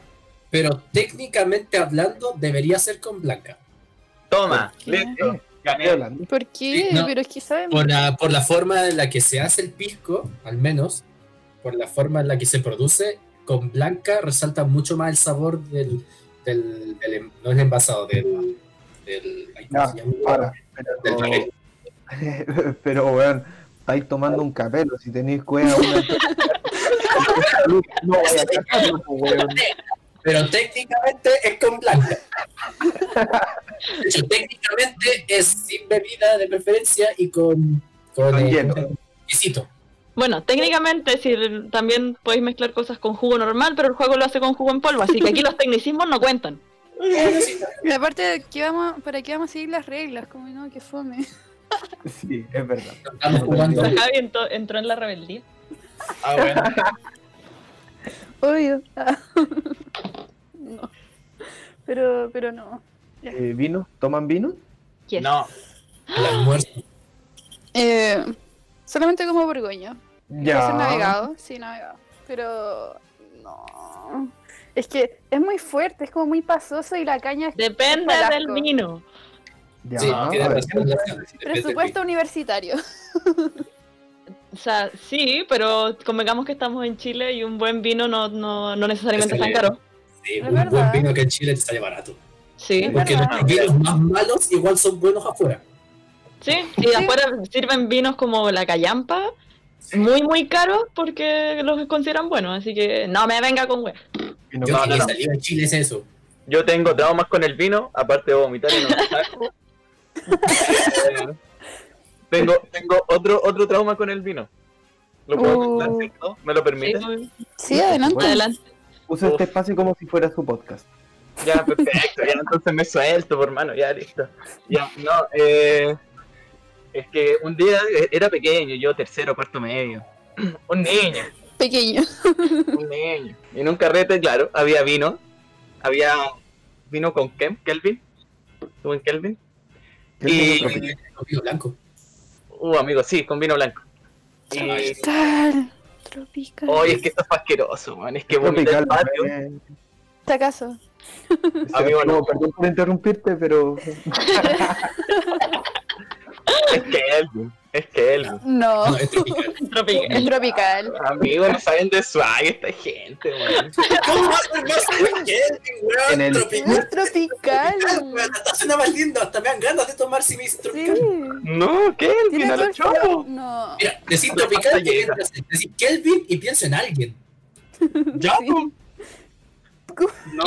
B: pero técnicamente hablando debería ser con blanca.
E: Toma.
D: ¿Qué?
E: Listo.
A: Estoy
E: Gané.
A: hablando.
D: ¿Por
B: Sí,
D: qué?
B: no.
D: Pero es que saben.
B: Por la, por la forma en la que se hace el pisco, al menos, por la forma en la que se produce, con blanca resalta mucho más el sabor del, del, del em- no es el envasado, del... del ay, ¿cómo
A: Ya,
B: se llama?
A: Ahora,
B: Del
A: pero-
B: papel.
A: Pero, weón, estáis tomando un capelo. Si tenéis cueva, una. no voy a sacarlo, po, weón.
B: Pero técnicamente es con blanca. De hecho, técnicamente es sin bebida de preferencia y con Con,
A: Con
B: eh,
A: hielo.
B: quesito.
C: Bueno, técnicamente si el- también podéis mezclar cosas con jugo normal, pero el juego lo hace con jugo en polvo, así que aquí los tecnicismos no cuentan.
D: Y aparte, ¿qué vamos, ¿para qué vamos a seguir las reglas? Como no, que fome.
A: Sí, es verdad.
B: Estamos jugando.
A: Sí.
C: Javi ento- entró en la rebeldía.
B: Ah, bueno.
D: Obvio. Ah. no. Pero, pero no.
A: Eh, ¿Vino? ¿Toman vino?
C: Yes.
E: No,
B: El almuerzo.
D: Eh, solamente como Borgoña. Puede ser
A: Ya.
D: navegado, sí, navegado. Pero no. Es que es muy fuerte, es como muy pasoso y la caña es
C: Depende
D: Qué
C: del
D: asco.
C: vino.
A: Ya.
B: Sí, tiene
A: a ver.
B: razón, la-
D: presupuesto universitario.
C: O sea, sí, pero convengamos que estamos en Chile y un buen vino no, no, no necesariamente es tan
B: Excelente.
C: caro.
B: Sí,
D: Es
B: un buen
D: verdad.
B: vino que en Chile te sale barato.
C: Sí,
B: Porque
D: verdad.
B: los vinos más malos igual son buenos afuera.
C: sí. Y afuera sirven vinos como la callampa, muy, muy caros porque los consideran buenos, así que no me venga con wea.
A: Vino
B: Yo
A: con-
B: no,
E: no, no.
B: salir en Chile es eso.
E: yo tengo traumas con el vino, aparte de vomitar y no me saco. Eh, tengo, tengo otro, otro trauma con el vino. ¿Lo puedo
D: Uh.
E: contar, cierto? ¿Me lo
C: Sí,
E: permites?
D: Sí,
A: adelante.
C: adelante.
A: Usa este espacio como si fuera su podcast.
E: Ya, perfecto, ya entonces me suelto, por mano, ya listo. Ya, no, eh, es que un día eh, era pequeño, yo tercero, cuarto medio. Un niño,
D: Pequeño.
E: un niño. Y en un carrete, claro, había vino. Había vino con Kem, Kelvin. ¿Tú en Kelvin?
A: ¿Qué
E: Y-
A: es otro?
B: Los vinos blancos.
E: Uh, amigo, sí, con vino blanco. Y-
D: Tal. Tropical.
E: Oye, es que esto fue asqueroso, man. Es que vomité
A: Tropical,
E: el patio.
A: eh,
D: ¿Te acaso?
E: Amigo,
A: no,
E: no.
A: perdón por interrumpirte, pero
E: Es Kelvin, es Kelvin.
D: No.
B: No, es tropical.
C: Tropical.
D: Es tropical.
E: Amigo, no saben de swag esta gente, man.
B: ¿Cómo va a ser más Kelvin, weón?
A: En el-
D: No
B: Tropical,
D: es tropical.
B: weón. Hasta suena más lindo. Hasta me dan ganas de tomar si me dice
D: Sí.
B: tropical.
E: No, Kelvin,
D: Tiene
E: a
D: todo
E: lo
D: el
E: chopo.
D: flow. No.
B: Mira, decir
E: La
B: tropical,
E: pantalla
B: ¿qué
E: llega.
B: piensas? Decir Kelvin y pienso en alguien.
E: Ya,
D: Sí.
E: po. No,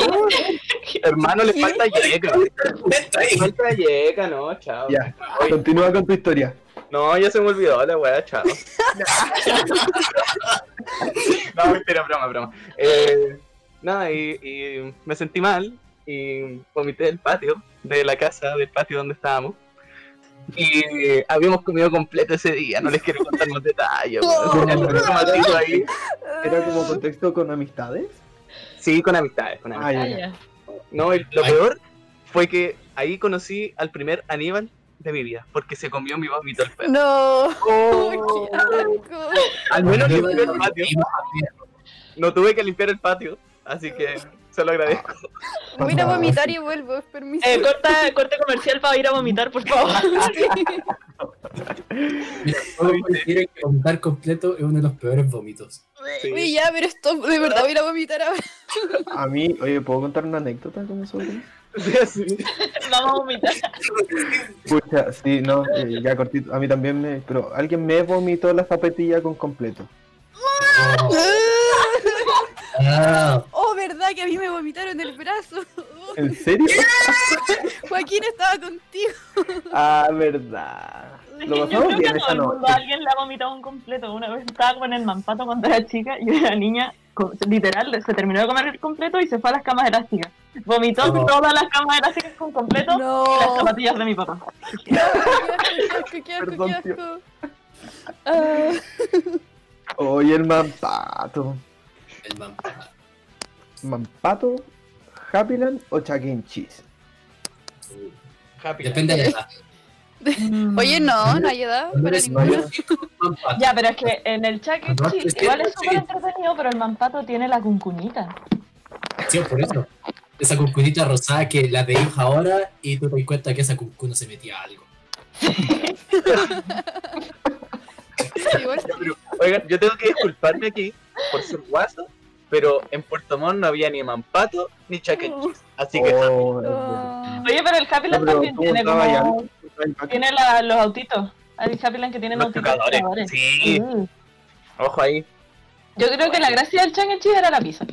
E: hermano, le falta llega.
B: Vente
E: Le
B: ahí.
E: falta llega, no, chao.
A: ya.
E: Oye.
A: Continúa con tu historia.
E: No, ya se me olvidó la weá, chao. no, mentira, broma, broma. Eh, nada, y, y me sentí mal y vomité el patio de la casa, del patio donde estábamos. Y habíamos comido completo ese día, no les quiero contar más detalles. weón. El problema tengo ahí.
A: ¿Era como contexto con amistades?
E: Sí, con amistades, con amistades.
A: Ah, ya,
C: Ah,
A: ya.
C: ya.
E: No, y lo
B: Ay.
E: peor fue que ahí conocí al primer Aníbal de mi vida, porque se comió mi vómito el perro.
D: No.
E: Oh,
D: Qué asco.
E: al menos
B: Yo-
E: limpié el patio. No tuve que limpiar el patio, así que se lo agradezco.
D: Voy a ir a vomitar y vuelvo. Permiso.
C: Eh, corta, corte comercial para ir a vomitar, por favor.
B: Mira, todo coincide que vomitar completo es uno de los peores vómitos.
E: Sí.
D: Oye, ya, pero esto de verdad voy a ir a vomitar ahora.
A: A mí, oye, ¿puedo contar una anécdota como sobre eso?
E: Sí.
C: Vamos a vomitar.
A: Pucha, sí, no, eh, ya cortito. A mí también me. Pero alguien me vomitó la zapatilla con completo.
B: Oh, Ah,
D: Oh, verdad que a mí me vomitaron el brazo. Oh,
A: ¿En serio?
D: Joaquín estaba contigo.
A: Ah, verdad. Lo pasamos bien
C: a
A: esa noche.
C: alguien le ha vomitado un completo. Una vez estaba con el mampato cuando era chica y la niña, co- literal, se terminó de comer el completo y se fue a las camas elásticas. Vomitó
B: No.
C: todas las camas elásticas con completo y las
D: No.
C: zapatillas de mi papá.
D: Qué asco, qué asco,
A: Perdón,
D: qué asco. Ah,
A: Oye, el mampato.
B: el man.
A: ¿Mampato, Happyland o Chuck E. Cheese?
E: Happy.
B: Depende de la edad.
D: Oye, no, no hay edad
B: Cuando
D: para
B: eres mayor,
D: ninguno.
B: man pato.
C: Ya, pero es que en el Chuck E.
B: No,
C: Cheese
B: es que-
C: igual es súper
B: sí.
C: entretenido, pero el mampato tiene la cuncuñita.
B: Sí, por eso. Esa cuncunita rosada que la veis ahora y tú te das cuenta que esa cuncuna se metía algo.
D: Igual sí.
E: Oigan, yo tengo que disculparme aquí por ser guaso, pero en Puerto Montt no había ni mampato ni chaquecho. Así que
A: Oh,
D: Oh.
C: Oye, pero el Happy
A: No,
C: Land
A: pero
C: también
A: tú
C: tiene
A: estabas ya,
C: como...
A: el-
C: Tiene la- los autitos. Hay Happy Land que tienen
E: los
C: autitos.
E: chocadores.
C: chocadores.
E: Sí,
C: Mm.
E: ojo ahí.
C: Yo creo que la gracia del Chuck E. Cheese era la pizza.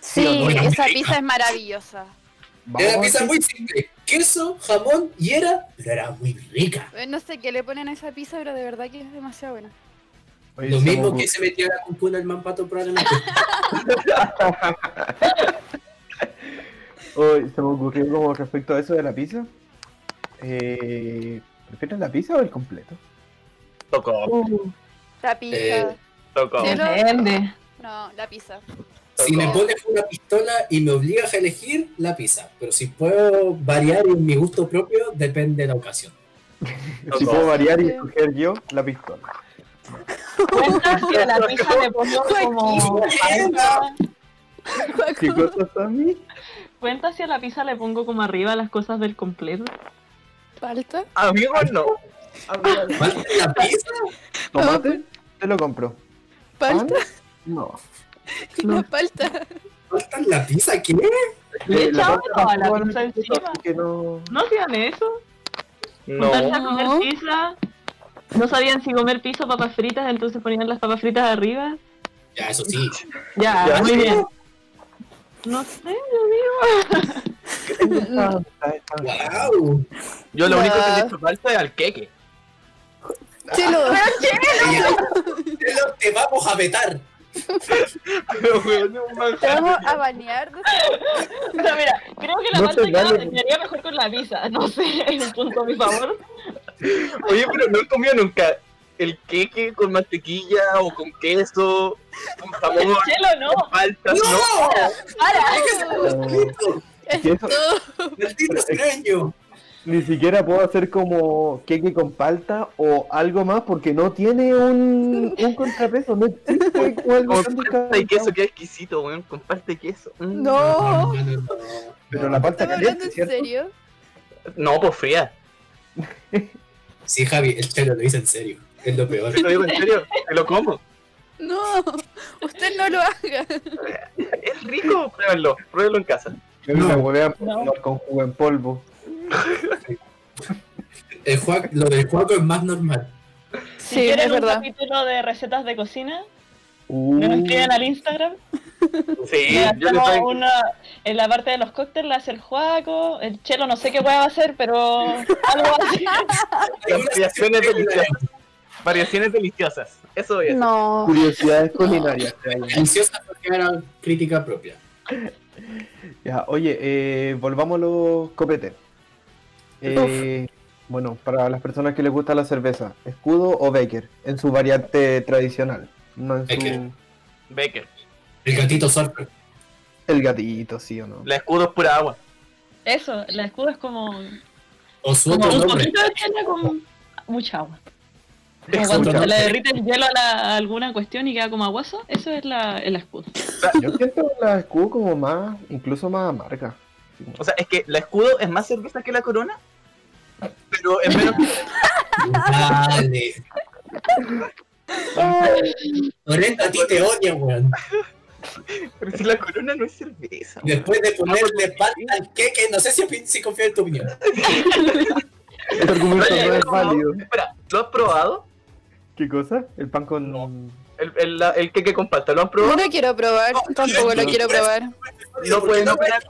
D: Sí,
B: Oye,
D: esa
B: qué
D: pizza es maravillosa.
A: Vamos
B: Era una
A: con
B: pizza
A: queso.
B: muy simple. Queso, jamón y era, pero era muy rica.
D: Eh, No sé qué le ponen a esa pizza, pero de verdad que es demasiado buena.
A: Oye,
B: Lo
A: estamos-
B: mismo que se metió la cuncuna el mampato probablemente.
A: Oye, se me ocurrió como respecto a eso de la pizza. Eh, ¿Prefieres la pizza o el completo?
E: Tocó,
D: La pizza.
B: Eh,
E: tocó.
D: Sí.
C: Uh, Depende.
D: No, la pizza.
B: Si me pones una pistola y me obligas a elegir la pizza, pero si puedo variar en mi gusto propio, depende de la ocasión.
A: Si
E: Tocó.
A: puedo variar y escoger yo, la pistola.
C: Cuenta que la pizza le pongo como.
B: Mierda.
A: ¿Qué cosas son mí?
C: Cuenta si a la pizza le pongo como arriba las cosas del completo.
D: ¿Falta?
E: Amigos, no.
C: Ah,
E: Amigos, no.
B: ¿Falta la pizza?
A: ¿Tomate? Te lo compro. ¿Pan?
D: ¿Palta?
A: No.
D: No, palta.
B: ¿Falta la pizza? ¿Qué?
C: Le
A: Eh,
C: echa
A: parte
C: agua a la
A: tampoco
C: pizza
A: la necesito,
C: encima.
A: así que no.
C: ¿No hacían eso? Juntarse
E: No,
C: a comer
D: No.
C: pizza. No sabían si comer pizza o papas fritas, entonces ponían las papas fritas arriba.
B: Ya, eso sí.
C: Ya,
E: Ya.
C: muy bien. No sé, yo digo.
A: Ah, está, está.
B: ¡Wow!
E: yo lo único que
D: Ya.
E: le he hecho falta es al queque.
D: Chelo.
B: Te- Te vamos a vetar.
E: Pero, weón, es un
D: Te
E: manjar.
D: vamos a banear. de ese-
C: O sea, mira, creo que la
A: No
C: parte
A: sé,
C: ya
A: dale.
C: terminaría mejor con la pizza. No sé, es un punto a mi favor.
E: Oye, pero no he comido nunca el queque con mantequilla o con queso, con
C: El
E: jamón,
C: chelo no.
E: faltas, no.
C: Para.
A: Si eso-
B: ¡Maldito extraño!
A: ni siquiera puedo hacer como queque con palta o algo más porque no tiene un, un contrapeso. No existe algo
E: Con
A: tan
E: palta y
A: descabellado.
E: queso, que exquisito, weón, con palta y queso. Mm.
D: No.
A: Pero la palta
D: ¿Estamos hablando
A: caliente,
D: en
A: ¿cierto?
D: serio?
E: No, pues fría.
B: Sí, Javi, el chelo lo dice en serio. Es lo peor.
E: Te lo digo en serio, te lo como.
D: No, usted no lo haga.
E: Es rico, pruébenlo, pruébenlo en casa.
A: Yo me
B: No.
A: huevea por
C: No.
A: tomar con jugo en polvo.
B: El Juaco- lo del Juaco es más normal.
C: Si quieren un capítulo de recetas de cocina,
A: Uh,
C: nos escriben al Instagram.
E: Sí,
C: Le
E: yo le
C: hacemos
E: traigo.
C: una. En la parte de los cócteles la hace el Juaco, el Chelo no sé qué hueá va a hacer, pero algo así.
E: Las variaciones deliciosas. Variaciones deliciosas. Eso voy a hacer.
D: No.
A: Uh, Curiosidades culinarias.
B: Ansiosa porque era crítica propia.
A: Ya, oye, eh, volvamos a los copetes. Eh, bueno, para las personas que les gusta la cerveza, escudo o Baker, en su variante tradicional. No en su...
B: Becker.
E: Becker.
B: El gatito sorpresa.
A: El gatito, sí o no.
E: La escudo es pura agua.
C: Eso, la escudo es como,
B: O su
C: como
B: otro
C: un
B: nombre.
C: poquito de chela con mucha agua. Como
E: Es
C: cuando
A: mucha
C: se le
E: agua.
C: derrite el hielo a, la- a alguna cuestión y queda como aguazo, eso es la, el escudo.
A: Yo siento la escudo como más, incluso más amarga.
E: O sea, es que la escudo es más cerveza que la corona, pero es menos.
B: Dale. Lorena, a ti te odia, weón.
E: pero si la corona no es cerveza. weón.
B: Después de ponerle palta al queque, no sé si, opi- si confío en tu opinión.
A: Este argumento
E: Oye,
A: no es
E: no.
A: válido.
E: Espera, ¿lo has probado?
A: ¿Qué cosa? El pan con...
E: El, el, la- el que que comparta, ¿lo han
D: Yo
E: probado?
D: no quiero probar, tampoco lo quiero probar.
E: No pueden opinar.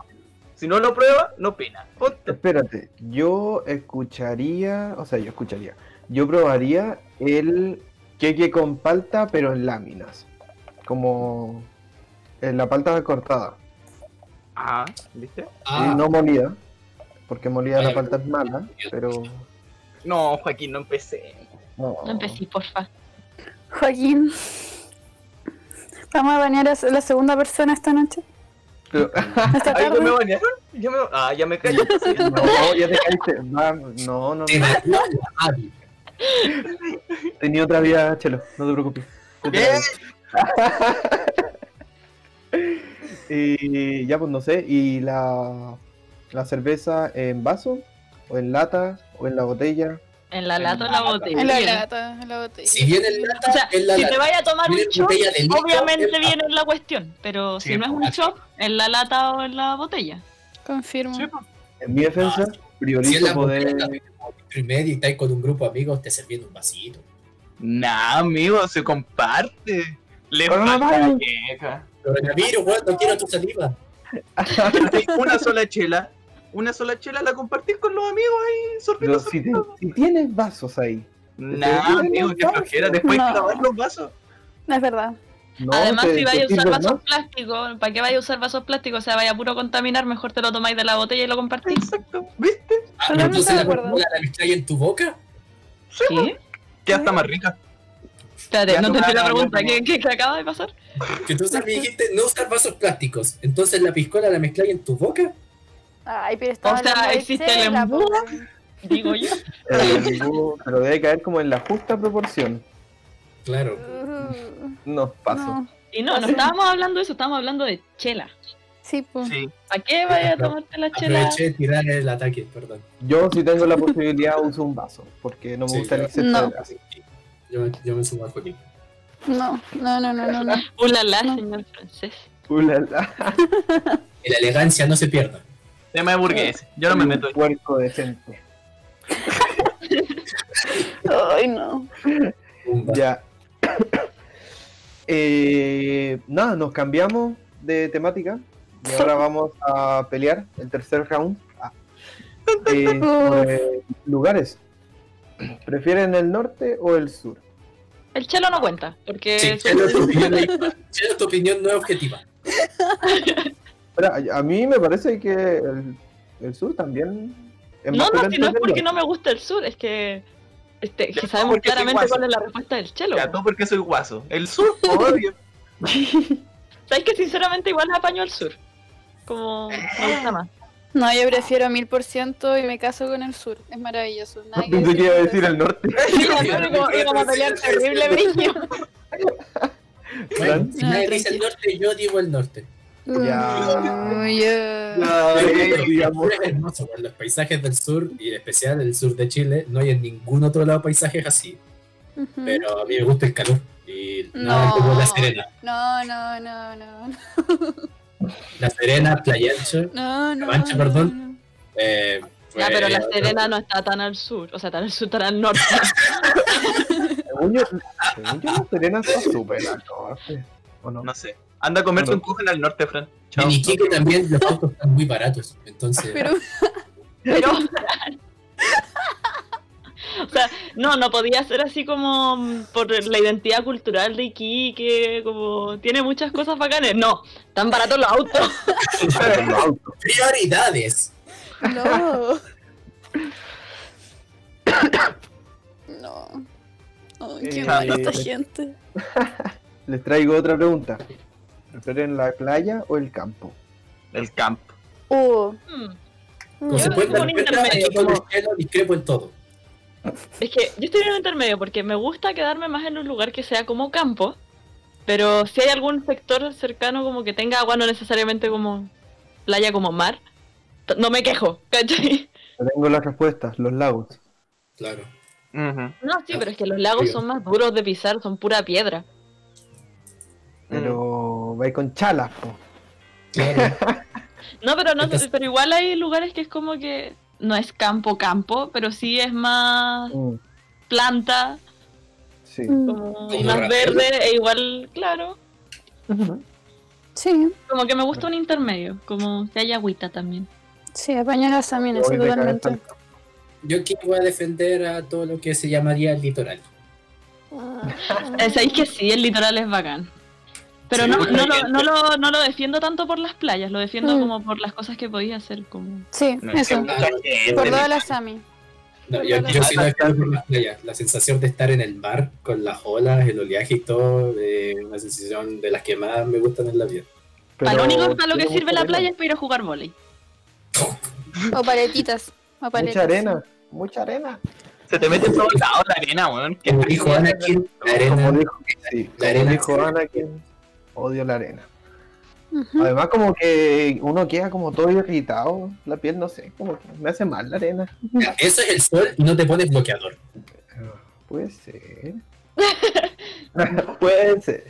E: Si no lo prueba, no opina. Ponte.
A: Espérate, yo escucharía, o sea, yo escucharía, yo probaría el queque con palta, pero en láminas, como en la palta cortada,
E: Ah, ¿viste?
B: Ah,
A: y
B: no.
A: no molida, porque molida la
B: Ah.
A: palta es mala, pero
E: No, Joaquín, no empecé.
A: no.
C: No empecé, porfa.
D: Joaquín, ¿vamos a bañar a la segunda persona esta noche?
A: Pero-
D: ¿Esta
E: Ay, ¿no me
D: tarde?
E: bañaron? Ya me... Ah, ya me callo.
A: No, ya te caíste. Va, No, no, no.
B: Te batió la Javi.
A: Tenía otra vida, Chelo, no te preocupes.
E: Bien.
A: Y ya pues no sé, y la, la cerveza en vaso, o en lata, o en la botella.
C: En la
E: En
C: lata o en
E: la
C: la
E: lata.
C: botella.
D: En la lata, en la botella.
B: Si viene el lata,
C: O sea,
B: es la
C: si te
B: lata.
C: vayas a tomar un
B: Viene
C: shot,
B: botella de litro, es
C: obviamente
B: la-
C: viene en la cuestión, pero
B: Sí,
C: si no es un
B: así.
C: shot, en la lata o en la botella.
D: Confirmo.
A: En mi defensa,
B: Si es
A: priorizo
B: la
A: poder...
B: botella, como litro y medio y estás con un grupo de amigos, te sirviendo un vasito.
E: Nah, amigo, se comparte. Le
A: Pero no
E: falta
A: vale.
E: la queca.
B: Coronavirus, weón, no quiero tu saliva.
E: Una sola chela, una sola chela la compartís con los amigos ahí,
A: Pero
E: sorbiendo
A: si, te-
E: sorbiendo.
A: si tienes vasos ahí,
E: Nah, amigo, qué flojera, después
D: No.
E: lavar los vasos.
D: No es verdad.
A: no
C: Además,
A: te
C: si vais a
A: sentís
C: usar
A: los
C: vasos plásticos, ¿para qué vais a usar vasos plásticos? O sea, vaya a puro contaminar, mejor te lo tomáis de la botella y lo compartís.
E: Exacto, ¿viste?
B: Ah, pero
D: Solamente
B: entonces
D: de
B: la
D: acuerdo.
B: Coca-Cola la mezcláis en tu boca.
C: ¿Qué?
E: Queda hasta más rica.
C: Espérate,
E: Ya,
C: no te
E: no,
C: entiendo la
E: no, no,
C: pregunta.
E: no.
C: ¿Qué, qué, qué acaba de pasar?
B: Que tú me dijiste no usar vasos plásticos. Entonces la piscola la mezcláis en tu boca.
D: Ay, pero estaba
C: O sea,
D: hablando de
C: existe el
D: chela, po,
C: embudo.
D: weón.
C: Digo yo.
A: Eh, ningún- pero debe caer como en la justa proporción.
B: Claro.
D: Uh,
A: No, paso.
D: no.
C: Y no, no estábamos hablando de eso, estábamos hablando de chela.
D: Sí, pues.
E: Sí.
C: ¿Para qué vayas a tomarte la chela?
B: Aproveché de tirar el ataque, perdón.
A: Yo, si tengo la posibilidad, uso un vaso, porque no me
B: Sí,
A: gusta el
B: claro.
A: exceso
D: No.
A: de gas.
B: Yo, yo me sumo a Joaquín.
D: No, no, no, no, no. no.
C: Ulala,
D: No.
C: Uh, señor francés.
A: Ulala.
B: Que la elegancia no se pierda.
E: Tema de
A: Eh,
E: burgués. Yo no me meto
A: Un puerco decente.
D: Ay, no.
B: Pumba.
A: Ya. Eh, nada, nos cambiamos de temática y ahora vamos a pelear el tercer round. Ah. Eh, sobre lugares. ¿Prefieren el norte o el sur?
C: El chelo no cuenta, porque
B: Sí,
C: su-
B: chelo, tu opinión, no- chelo, tu opinión no es objetiva.
A: Pero a, a mí me parece que el, el sur también. es
C: No,
A: más
C: no, si
A: potente
C: no es
A: que el norte.
C: porque no me gusta el sur, es que, este,
E: Ya,
C: que sabemos
E: porque soy
C: claramente
E: guaso.
C: cuál es la respuesta del chelo.
E: Ya, tú porque soy guaso. El sur, obvio.
C: Sabes que sinceramente igual me apaño el sur. Como me gusta más.
D: No, yo prefiero mil por ciento y me caso con el sur. Es maravilloso. Nada que
A: Pensé que iba a decir
D: entonces.
A: el norte.
C: Íbamos a pelear terrible, brillo.
B: Bueno, si
D: No,
B: nadie dice el
D: tranquilo.
B: norte, yo digo el norte.
A: Ya.
D: Ay, ya.
B: Pero
A: Ay,
B: bueno,
A: digamos,
B: es hermoso, bueno, los paisajes del sur y en especial el sur de Chile, no hay en ningún otro lado paisajes así.
C: Mm.
D: Ujú.
B: Pero a mí me gusta el calor y nada
D: No.
B: como la Serena.
D: No, no, no, no. no,
B: La Serena, Playa Ancha,
D: No, no.
B: Mancha,
D: no,
B: perdón. eh,
C: Ya, pero la
B: pues,
C: Serena no está tan al sur, o sea, tan al sur, tan al norte.
A: según yo, según yo, la Serena está súper al norte. ¿O no?
E: No sé. Anda a comerte un cojín al norte, Fran. Chao.
B: En Iquique también los autos están muy baratos, entonces
D: Pero
C: Pero. o sea, no, no podía ser así como mm, por la identidad cultural de Iquique, como tiene muchas cosas bacanes. No, tan baratos los autos.
B: prioridades.
D: no. no. Ay, qué
A: Eh,
D: mala esta
A: eh,
D: gente.
A: Les traigo otra pregunta. ¿Prefieren la playa o el campo?
E: El campo.
D: Oh,
C: Mm.
B: Como
C: Yo
B: se puede
C: tengo
B: dar
C: un
B: cuenta,
C: intermedio,
B: aquí con el
C: como-
B: cielo discrepo en todo.
C: Es que yo estoy en un intermedio porque me gusta quedarme más en un lugar que sea como campo, pero si hay algún sector cercano como que tenga agua, no necesariamente como playa, como mar, t- no me quejo, ¿cachai?
A: Yo Tengo las respuestas, los lagos.
B: Claro.
E: Ujú.
C: No, sí, pero es que los lagos son más duros de pisar, son pura piedra.
A: Pero
B: Mm.
A: vais con chalas, po.
B: claro.
C: No, pero no,
B: Entonces-
C: pero igual hay lugares que es como que no es campo campo, pero sí es más
A: Mm,
C: planta, Mm,
A: sí.
D: mm,
C: como
B: Como
C: más
B: rapero.
C: verde, e igual, claro.
D: Sí,
C: Como que me gusta un intermedio, como que haya agüita también.
D: sí, apañar a Samina, sí,
A: Voy de
D: totalmente.
A: cabeza.
B: Yo aquí voy a defender a todo lo que se llamaría el litoral.
C: Eh, Sabéis que sí, el litoral es bacán. Pero
B: Sí,
C: no,
B: porque
C: no,
B: hay
C: lo,
B: gente.
C: no, lo, no lo defiendo tanto por las playas, lo defiendo
D: Mm.
C: como por las cosas que podía hacer. Como...
D: Sí,
E: No, es que
D: eso.
E: mucha gente,
D: Por lo de la Sami.
B: No, yo, yo sí lo defiendo por las playas. La sensación de estar en el mar con las olas, el oleaje y todo, eh, una sensación de las que más me gustan en la vida.
A: Pero
C: para lo único para lo que
A: tiene
C: sirve
A: mucha
C: la
A: arena.
C: playa es para ir a jugar volei.
D: O paletitas. O
A: Mucha
D: paletitas.
A: arena, mucha arena.
E: Se te mete en todos lados la arena, weón. Que
B: Como dijo Anakin, la
A: Como
B: arena.
A: dijo, sí, como
B: la arena
A: dijo
B: se-
A: Anakin, odio la arena.
D: Ujú.
A: Además, como que uno queda como todo irritado, la piel, no sé, como que me hace mal la arena.
B: Eso es el sol y no te pones bloqueador.
A: Puede ser. Puede ser.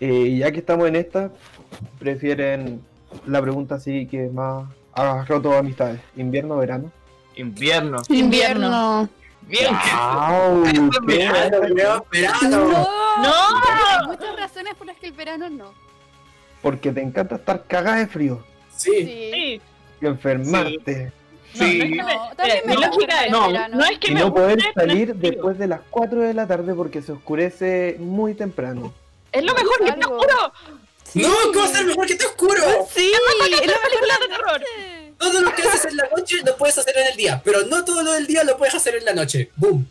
A: Eh, ya que estamos en esta, prefieren la pregunta así que más ha roto amistades, invierno o verano.
E: Invierno.
D: Invierno.
E: Bien,
A: ¡Au!
E: que- Verano, weón, verano.
D: Ah, No.
C: ¡No!
A: Ah,
D: Hay muchas razones por las que el verano no.
A: Porque te encanta estar cagada de frío.
B: Sí.
D: Sí.
C: Sí,
A: y enfermarte.
E: Sí.
C: No, no es que me-
D: No, también
C: eh,
D: me
C: mi
D: gusta
C: lógica
D: el
C: es- no,
D: verano.
C: no es que
A: Y
C: me
A: no
C: guste,
A: poder
C: pero es
A: salir
C: frío.
A: después de las 4 de la tarde porque se oscurece muy temprano.
C: Es lo mejor que te
D: Algo.
C: juro.
B: No, ¿cómo ser mejor que te oscuro?
D: Sí, es lo mejor
C: Película de terror.
D: que-
B: Todo lo que haces en la noche lo puedes hacer en el día, pero no todo lo del día lo puedes hacer en la noche. ¡Boom!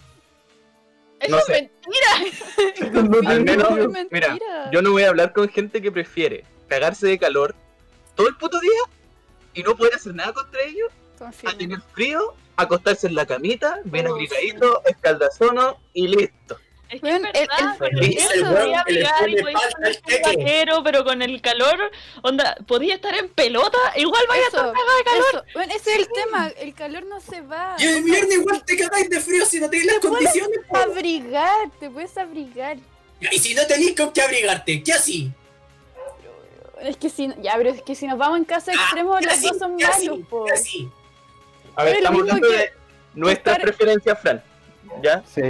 E: No
C: Eso es
E: sé.
C: mentira.
A: No
E: Al
A: tiene
E: menos,
A: sentido.
D: mentira.
E: mira, yo no voy a hablar con gente que prefiere cagarse de calor todo el puto día y no poder hacer nada contra ellos, a
D: Confirmo.
E: tener frío, acostarse en la camita, bien
D: Oh,
E: abrigadito, escaldazono y listo.
C: Es que es
D: Bueno, el- el-
C: verdad. porque
B: Dice
C: yo
B: el weón
C: podía
B: que le
C: abrigar y
B: pone
C: podía
B: palta
C: poner
B: al
C: un
B: teque.
C: vaquero, pero con el calor, onda, podía estar en pelota, igual vaya a
D: Eso,
C: estar cagado de calor.
D: Eso, bueno, ese es el tema, el calor no se va.
B: Y el viernes igual te cagáis de frío si no tenéis las condiciones. po.
D: Abrigar, te puedes abrigar.
B: Y si no tenéis con qué abrigarte, ¿qué así?
D: Es que si, ya, pero es que si nos vamos en
E: Ah,
D: caso extremo, los dos son
B: Ah, ¿Qué así?
D: malos, po.
B: ¿Qué así?
E: A ver,
D: Pero
E: estamos
D: digo
E: hablando
D: que-
E: de nuestras
D: estar-
E: preferencias, Fran. ¿Ya? Oh,
A: Sí,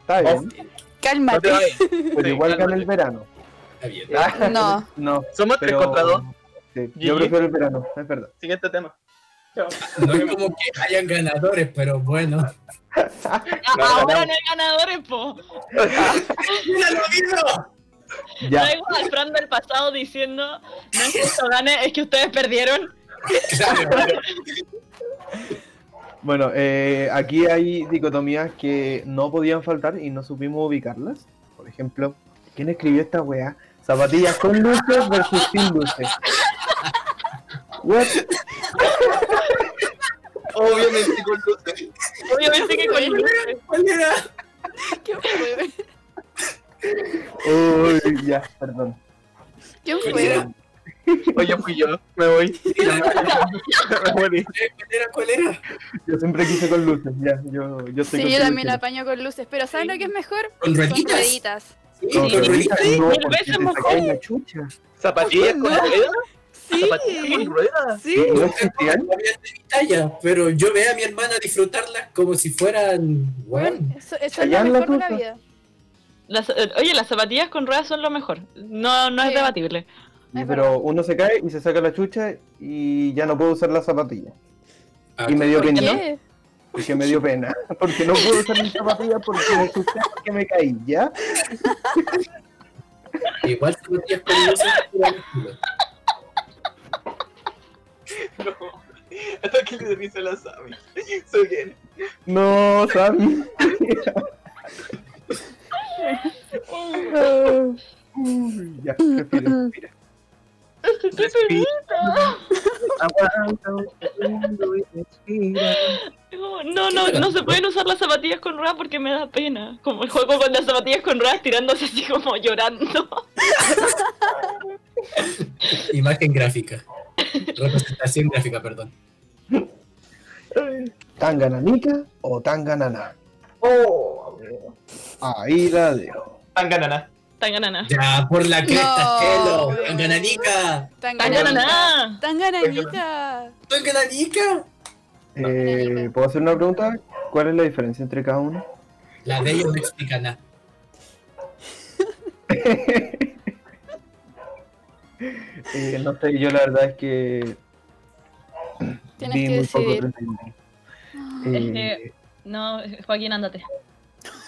A: está bien,
E: No te
D: Cálmate.
E: va bien.
A: pero
E: sí,
A: igual gana
E: cálmate.
A: el verano.
B: Está bien.
D: No.
A: No,
E: Somos tres
A: pero...
E: contra dos.
A: sí, yo
E: GG.
A: prefiero el verano, es verdad.
E: Siguiente tema. Chao.
B: No es como que hayan ganadores, pero bueno.
E: No,
C: Ahora
E: ganamos.
C: no hay ganadores, po.
B: ¡Mira lo mismo!
A: Ya,
C: Da igual, Fran del pasado diciendo, no es que esto gane, es que ustedes perdieron.
B: Claro.
A: bueno, eh, aquí hay dicotomías que no podían faltar y no supimos ubicarlas. Por ejemplo, ¿quién escribió esta weá? Zapatillas con luces versus sin luces. What?
E: Obviamente con luces.
C: Obviamente que con luces.
B: ¿Cuál era?
D: ¿Qué fue?
A: Uy, ya, perdón.
D: ¿Qué
B: Mira.
D: fue?
E: Oye, fui yo. Me voy.
B: Pues
E: Me morí.
B: ¿Cuál era? ¿Cuál era?
A: Yo siempre quise con luces, ya, yo, yo estoy
D: Sí,
A: con
D: yo
A: tu
D: también
A: luces.
D: apaño con luces, pero ¿saben lo que es mejor?
B: ¿Con
D: Con
B: rueditas?
D: rueditas.
B: Sí,
A: No,
B: con
A: pero
B: rueditas.
A: ahorita no,
C: mil
A: porque
C: veces
A: te
C: mejor.
A: sacáis la chucha.
E: ¿Zapatillas con
D: No.
E: ruedas?
D: Sí,
E: ¿Zapatillas con ruedas?
D: sí.
A: ¿No
B: Todavía
A: existían?
B: de mi talla, pero yo veo a mi hermana disfrutarlas como si fueran.
D: Bueno,
B: Bueno,
D: eso, eso es lo
A: Chayanne la
D: mejor de la
A: puso.
D: vida.
C: Las- eh, oye, las zapatillas con ruedas son lo mejor. No, no es
D: Sí.
C: debatible.
A: Sí, pero uno se cae y se saca la chucha y ya no puedo usar la zapatilla.
B: Ah,
A: Y me dio
D: ¿Por
A: pena,
D: qué?
A: porque me dio pena. Porque no puedo usar mi zapatilla porque me chuché porque me caí, ¿ya?
B: Igual zapatillas con luces, pero al estilo.
E: No. Hasta que le dice la Sami. Soy bien.
A: No, Sammy. Uy, ya, respira, respira.
E: Aguanta un segundo y respira.
C: No, no, no, no se pueden usar las zapatillas con ruedas porque me da pena. Como el juego con las zapatillas con ruedas tirándose así como llorando.
B: Imagen gráfica. Representación gráfica, perdón.
A: ¿Tangananica o tangananá?
E: Oh,
A: Ahí la dejo.
E: tan ganana.
C: Tan ganana.
B: Ya, por la cresta,
D: No.
B: Chelo. Gananica.
C: Tan ganana.
D: Tan gananita.
B: ¿Tú en Gananica?
A: Eh, ¿Puedo hacer una pregunta? ¿Cuál es la diferencia entre cada uno?
B: La de ellos no explica nada.
A: Eh, no sé, yo la verdad es que.
D: Tienes
A: vi
D: que
A: muy poco
D: decidir.
A: Resident
E: Mm.
A: Evil.
C: Es
A: Eh,
C: Este, No, Joaquín, ándate.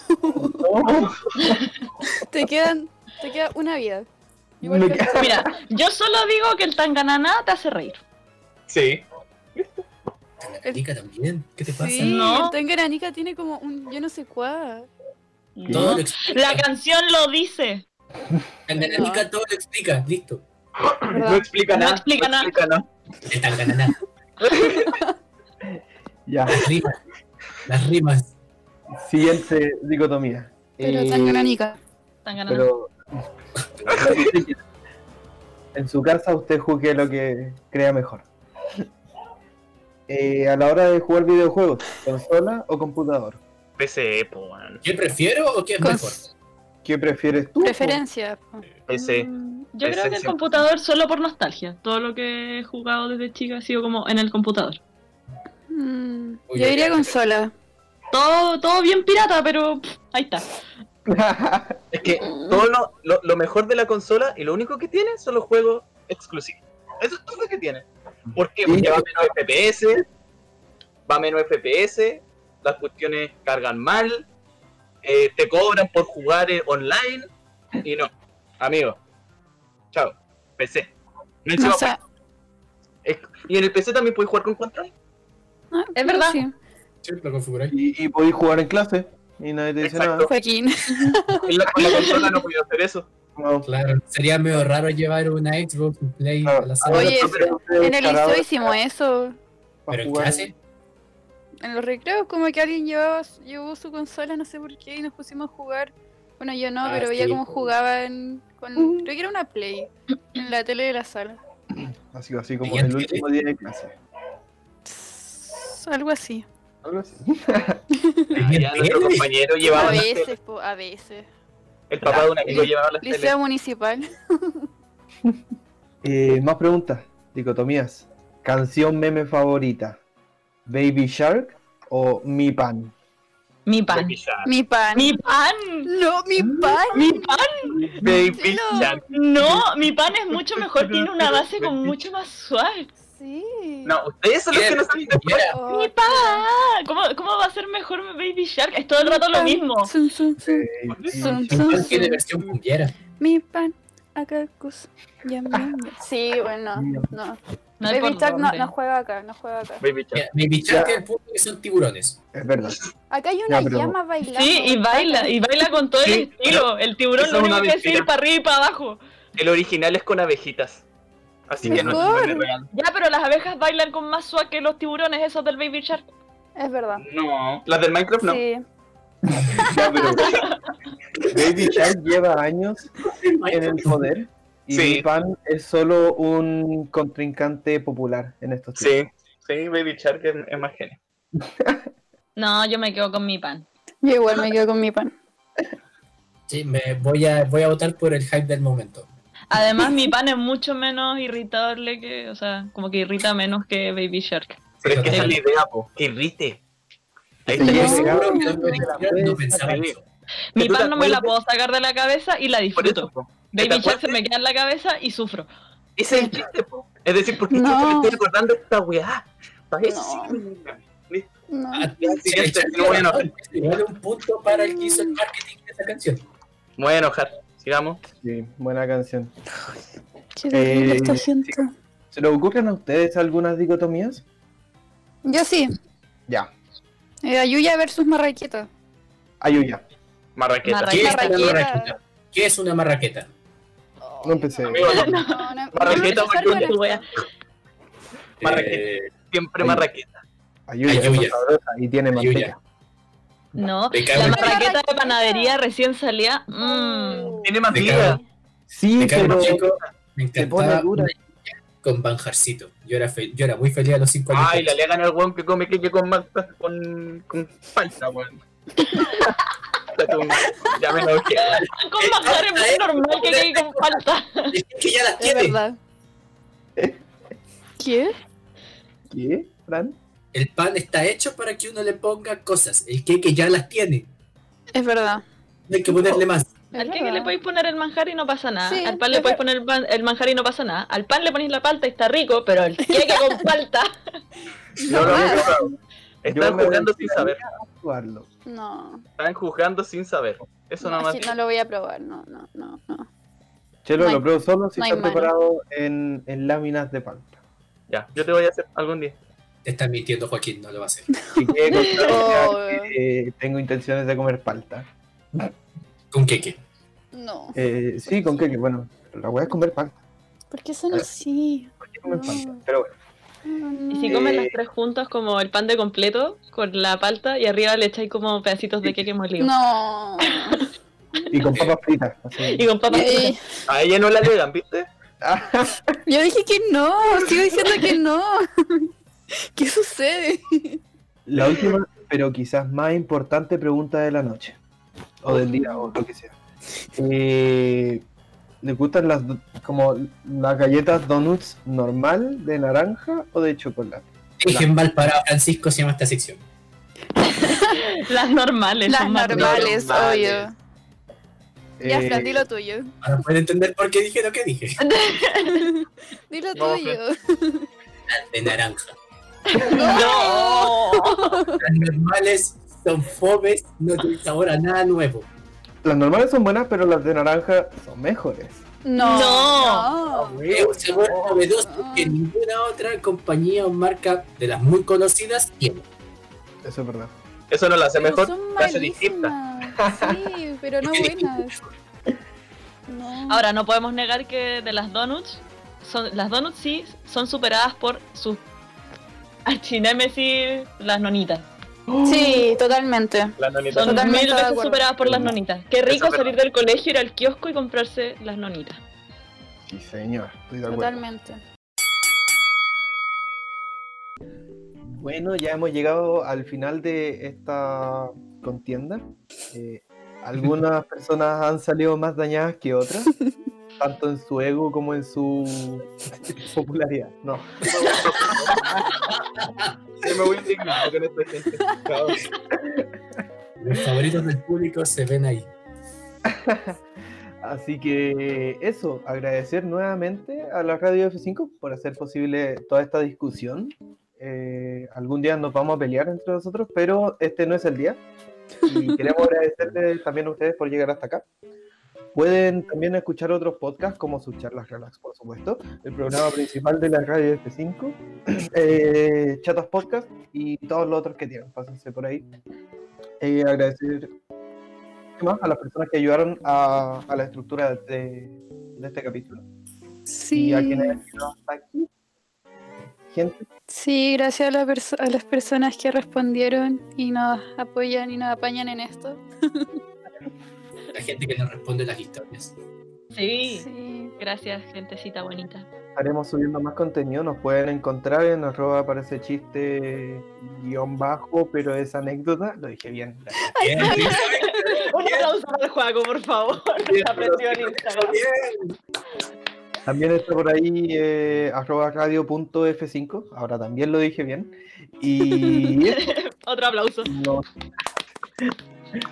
A: no,
D: Te quedan, te queda una vida. Igual
A: me
D: que-
A: queda-
C: Mira, yo solo digo que el tan ganana te hace reír.
E: Sí.
B: Gananica también. ¿Qué te pasa?
D: Sí,
C: No.
D: el Tangaranica tiene como un yo no sé cuá.
B: Todo
C: No.
B: lo explica.
C: La canción lo dice.
B: Gananica todo lo explica. Listo.
E: No explica
C: No
E: nada.
C: explica nada.
B: El Tanganana.
A: Ya,
B: Las rimas. Las rimas.
A: siguiente dicotomía.
D: Pero
A: Eh,
D: Tangaranica.
C: Tan ganana.
A: pero- en su casa usted juzgue lo que crea mejor. Eh, a la hora de jugar videojuegos, consola o computador,
E: PC, po, weón.
B: ¿Qué prefiero o qué es
D: Con-
B: mejor?
A: ¿qué prefieres tú?
D: Preferencia. po.
E: PC.
C: Mm, Yo creo que el
E: Esencia.
C: computador solo por nostalgia. Todo lo que he jugado desde chica ha sido como en el computador.
D: Mm,
B: Uy,
D: yo
B: uy,
D: diría
B: uy.
D: consola.
C: Todo, todo bien pirata, pero pff, ahí está.
E: Es que
D: Mm.
E: todo lo, lo, lo mejor de la consola y lo único que tiene son los juegos exclusivos. Eso es todo lo que tiene. ¿Por qué? Porque va menos FPS, va menos FPS, las cuestiones cargan mal, eh, te cobran por jugar eh, online y no. Amigo, chao, PC. No encima,
D: No, o sea,
E: es- y en el PC también puedes jugar con control.
D: ah,
C: Es verdad.
D: sí,
B: Sí, lo configuráis.
A: Y, y podéis jugar en clase y nadie te dice
E: Exacto.
D: Joaquín.
E: En la, con la consola no podía hacer eso.
A: nada. No.
B: Claro, sería medio raro llevar una Xbox y Play
A: Claro.
B: a la
A: Ahora
B: sala.
D: Oye,
A: tú eres un
D: En el
A: descarado
D: liceo hicimos eso.
A: para
B: pero ¿qué
A: jugar.
B: hace?
D: En los recreos, como que alguien llevaba, llevó su consola, no sé por qué, y nos pusimos a jugar. Bueno, yo no,
B: Ah,
D: pero veía
B: sí,
D: cómo
B: pues.
D: jugaban con. Creo que era una Play. En la tele de la sala.
A: Así, así como
B: Brillante.
A: el último día de clase.
D: Tss, Algo así.
A: Algo así.
E: Ya nuestro compañero
D: A
E: llevaba las teles.
D: veces, po, a veces.
E: El papá de un amigo llevaba las teles.
D: Liceo municipal.
A: Eh, más preguntas, dicotomías. Canción meme favorita: Baby Shark o Mi Pan.
C: Mi pan.
E: Baby Shark.
D: Mi pan.
C: ¡Mi pan!
D: No, mi pan.
C: ¡Mi pan!
E: Baby
D: No.
E: Shark.
C: No, mi pan es mucho mejor, tiene una base como mucho más suave.
D: Sí.
E: No, ustedes son los que no saben de
B: Era,
D: Oh,
C: ¡Mi pan! ¿Cómo, ¿Cómo va a ser mejor Baby Shark? Es todo el rato lo mismo.
D: Zum, zum, zum.
A: Baby
D: Zum,
A: Shark.
D: zum,
B: ¿cuál tiene
D: zum.
B: versión cumbiera?
D: Mi pan. Acá, cus. Yam, yam, yam. Sí, bueno, no.
C: No hay
D: Baby
C: por
D: Shark no,
C: dónde.
D: no juega acá, no juega acá.
E: Baby Shark.
B: Mira, Baby Shark es el punto que son tiburones.
A: Es verdad.
D: Acá hay una
A: Ya, pero-
D: llama bailando.
C: Sí, y baila, y baila con todo
E: Sí,
C: el estilo. El tiburón
E: eso
C: lo
E: es
C: único
E: una
C: que hace es ir
E: mentira.
C: para arriba y para abajo.
E: El original es con abejitas. Así que no
D: Mejor.
E: no es real.
C: Ya, pero las abejas bailan con más suave que los tiburones esos del Baby Shark.
D: Es verdad.
E: No. Las del Minecraft no.
D: Sí.
A: Ya, pero Baby Shark lleva años en el poder y
E: Sí.
A: Mi Pan es solo un contrincante popular en estos tiempos.
E: Sí. Sí, Baby Shark es, es más genial.
C: No, yo me quedo con mi pan.
D: Yo igual me quedo con mi pan.
B: Sí, me voy a, voy a votar por el hype del momento.
C: Además, mi pan es mucho menos irritable que, o sea, como que irrita menos que Baby Shark.
E: Pero es que esa es
B: total.
E: la idea, po. Que irrite. Ahí
A: Sí,
E: está.
B: Yo
A: No.
B: seguro que no, no pensaba en eso.
C: Mi
E: tú te
C: pan no me la
E: acuerdas-
C: puedo sacar de la cabeza y la
E: Por eso,
C: disfruto.
E: po. ¿Te
C: Baby Shark
E: acuerdas?
C: se me queda en la cabeza y sufro.
E: Ese es el chiste, po. Es decir, ¿por qué
D: No.
E: chucha me estoy recordando esta weá? ¿Para eso?
D: No.
E: sirve.
D: No.
B: Ah,
E: Ya,
B: sí,
E: siguiente,
B: sí,
E: no voy a enojar.
B: es Igual un punto para el que hizo el marketing de esa canción.
E: Me voy a enojar. Sigamos.
A: Sí, buena canción.
D: Qué terrible
A: Eh,
D: esto siento.
A: ¿Se les ocurren a ustedes algunas dicotomías?
D: Yo sí.
A: Ya,
D: Eh, Ayuya versus Marraqueta.
A: ayuya.
E: Marraqueta.
C: Marra-
B: ¿Qué es una
D: Marraqueta.
B: marraqueta? ¿Qué es una marraqueta? Eh,
A: Oh, No empecé.
D: No,
E: Amigo,
D: no, no, no.
E: Marraqueta,
D: Vamos a empezar con
E: Marraqueta.
D: esto.
E: Marraqueta.
B: Eh,
E: Siempre
A: Ay.
E: marraqueta.
A: Ayuya,
B: Ayuya.
A: es sabrosa y tiene
B: Ayuya.
A: manteca.
C: No,
B: Me cago
C: la
B: en-
C: marraqueta de panadería recién salía. mm.
E: Tiene más
B: Me
E: vida.
B: cago.
A: Sí,
B: me cago en
A: pero
B: chico, me
A: se pone
B: encantaba
A: dura.
B: con banjarcito. Yo era, fe- yo era muy feliz a los 5 años.
E: Ay, la le hagan al weón que come queque con, ma- con, con falsa, weón. Está tu madre. ya me enojé.
C: Con manjar es muy normal que quede con falta.
B: Es que ya la
D: Es
B: tiene.
D: verdad. ¿Qué?
A: ¿Qué, Fran?
B: El pan está hecho para que uno le ponga cosas. El queque ya las tiene.
D: Es verdad.
B: No hay que ponerle más.
D: Es
C: Al que
D: verdad.
C: le podéis poner el manjar y no pasa nada.
D: Sí,
C: al pan le
D: es
C: podéis poner el, pan- el manjar y no pasa nada. Al pan le ponéis la palta y está rico, pero el queque con palta.
E: No, no,
D: más.
E: no, no. Están
A: Yo me
E: jugando
A: voy
E: sin
A: a-
E: saber.
A: Jugarlo.
D: No.
E: Están jugando sin saber. Eso nada
D: No,
E: más.
D: sí, no lo voy a probar. No, no, no, no.
A: Chelo,
D: No hay-
A: lo pruebo solo si
D: no hay
A: está
D: mano.
A: preparado en, en láminas de palta.
E: Ya, yo te voy a hacer algún día.
B: Te estás mintiendo, Joaquín, no lo va a hacer.
A: Y quiere contar
D: Oh.
A: que, eh, tengo intenciones de comer palta.
B: Con queque.
D: No.
A: Eh, sí, con qué, que bueno, la voy a comer palta.
D: ¿Por qué son así?
A: ¿Por qué comer
D: No.
A: palta? Pero bueno,
D: No, no.
C: Y si comen las tres juntas como el pan de completo con la palta y arriba le echáis como pedacitos de queque molido.
D: Eh, No.
A: y con papas fritas. así.
C: Y con papas fritas.
D: Eh,
E: A ella no la alegan, ¿viste?
D: Yo dije que no. Sigo diciendo que no. ¿Qué sucede?
A: La última, pero quizás más importante pregunta de la noche. O del día, o lo que sea. Eh, ¿Le gustan las do- como las galletas donuts normal de naranja o de chocolate?
B: Dejen mal parado. Francisco se llama esta sección.
C: las normales.
D: Las
C: son más
D: normales,
E: normales.
D: obvio. Ya,
A: Eh,
D: Fran, di lo tuyo.
B: Ahora pueden entender por qué dije lo que dije.
D: Dilo
E: No,
D: tuyo.
B: de naranja.
G: No.
B: Las normales son fobes, no tienen sabor a nada nuevo.
A: Las normales son buenas, pero las de naranja son mejores.
D: No.
G: No.
D: no.
B: Es un sabor
E: Oh.
B: novedoso que ninguna otra compañía o marca de las muy conocidas tiene.
A: Eso es verdad.
E: Eso no lo hace
D: Pero
E: mejor,
D: son
E: la hace distinta.
D: malísimas. Sí, pero no buenas. No.
C: Ahora, no podemos negar que de las donuts, son, las donuts sí son superadas por sus archinémesis, las nonitas.
D: Sí, totalmente.
E: La nonita.
C: Son
D: Totalmente
C: mil
D: de
C: veces
D: acuerdo.
C: superadas por las nonitas. Qué
E: Eso
C: rico
E: es verdad.
C: salir del colegio, ir al kiosco y comprarse las nonitas.
A: Sí, señor. Estoy de acuerdo.
D: Totalmente.
A: Bueno, ya hemos llegado al final de esta contienda. Eh, algunas personas han salido más dañadas que otras, tanto en su ego como en su popularidad. No.
E: Yo me voy indignado con esta gente. Cabrón.
B: Los favoritos del público se ven ahí.
A: Así que eso, agradecer nuevamente a la radio F5 por hacer posible toda esta discusión. Eh, algún día nos vamos a pelear entre nosotros, pero este no es el día. Y queremos agradecerles también a ustedes por llegar hasta acá. Pueden también escuchar otros podcasts como sus charlas relax, por supuesto, el programa principal de la radio F5, eh, Chatas Podcast y todos los otros que tienen. Pásense por ahí. Eh, agradecer más a las personas que ayudaron a, a la estructura de, de este capítulo.
D: Sí.
A: Y a quienes han llegado hasta aquí. Gente,
D: Sí, gracias a, la perso- a las personas que respondieron y nos apoyan y nos apañan en esto.
B: La gente que nos responde las historias.
C: Sí.
D: Sí.
C: Gracias, gentecita bonita.
A: estaremos subiendo más contenido. Nos pueden encontrar en arroba parece chiste guión bajo, pero es anécdota. Lo dije bien. gracias.
B: Bien,
G: Un aplauso para el juego, por favor. Aprendió en Instagram.
A: También está por ahí eh, arroba radio.f5. Ahora también lo dije bien. Y
C: Otro aplauso.
A: nos,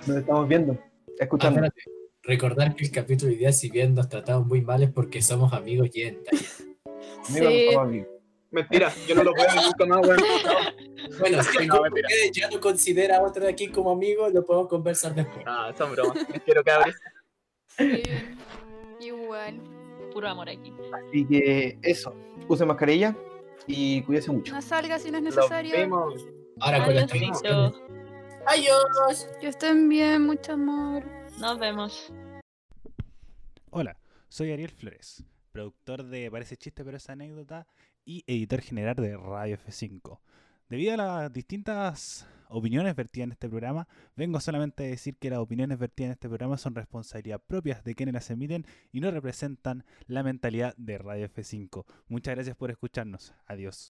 A: nos estamos viendo, escuchando.
B: Acuérdate, recordar que el capítulo de hoy día, si bien nos tratamos muy mal, es porque somos amigos y en
A: Amigos,
D: Sí.
A: somos amigos.
E: Mentira, yo no lo veo nunca más, weón.
B: Bueno, si
E: No,
B: alguno de
E: mentira.
B: ustedes ya no considera a otro de aquí como amigo, lo podemos conversar después.
E: No, Ah, son bromas. Me quiero cabres.
D: sí. Igual.
C: Puro amor aquí.
A: Así que eso, use mascarilla y cuídese mucho.
D: No salga si no es
E: Los
D: necesario.
E: vimos.
B: Ahora con las
C: Adiós,
B: tradiciones.
C: Tito.
B: ¡Adiós!
D: Que estén bien, mucho amor.
C: Nos vemos.
H: Hola, soy Ariel Flores, productor de Parece Chiste pero es anécdota y editor general de Radio F5. Debido a las distintas opiniones vertidas en este programa, vengo solamente a decir que las opiniones vertidas en este programa son responsabilidad propias de quienes las emiten y no representan la mentalidad de Radio F5. Muchas gracias por escucharnos. Adiós.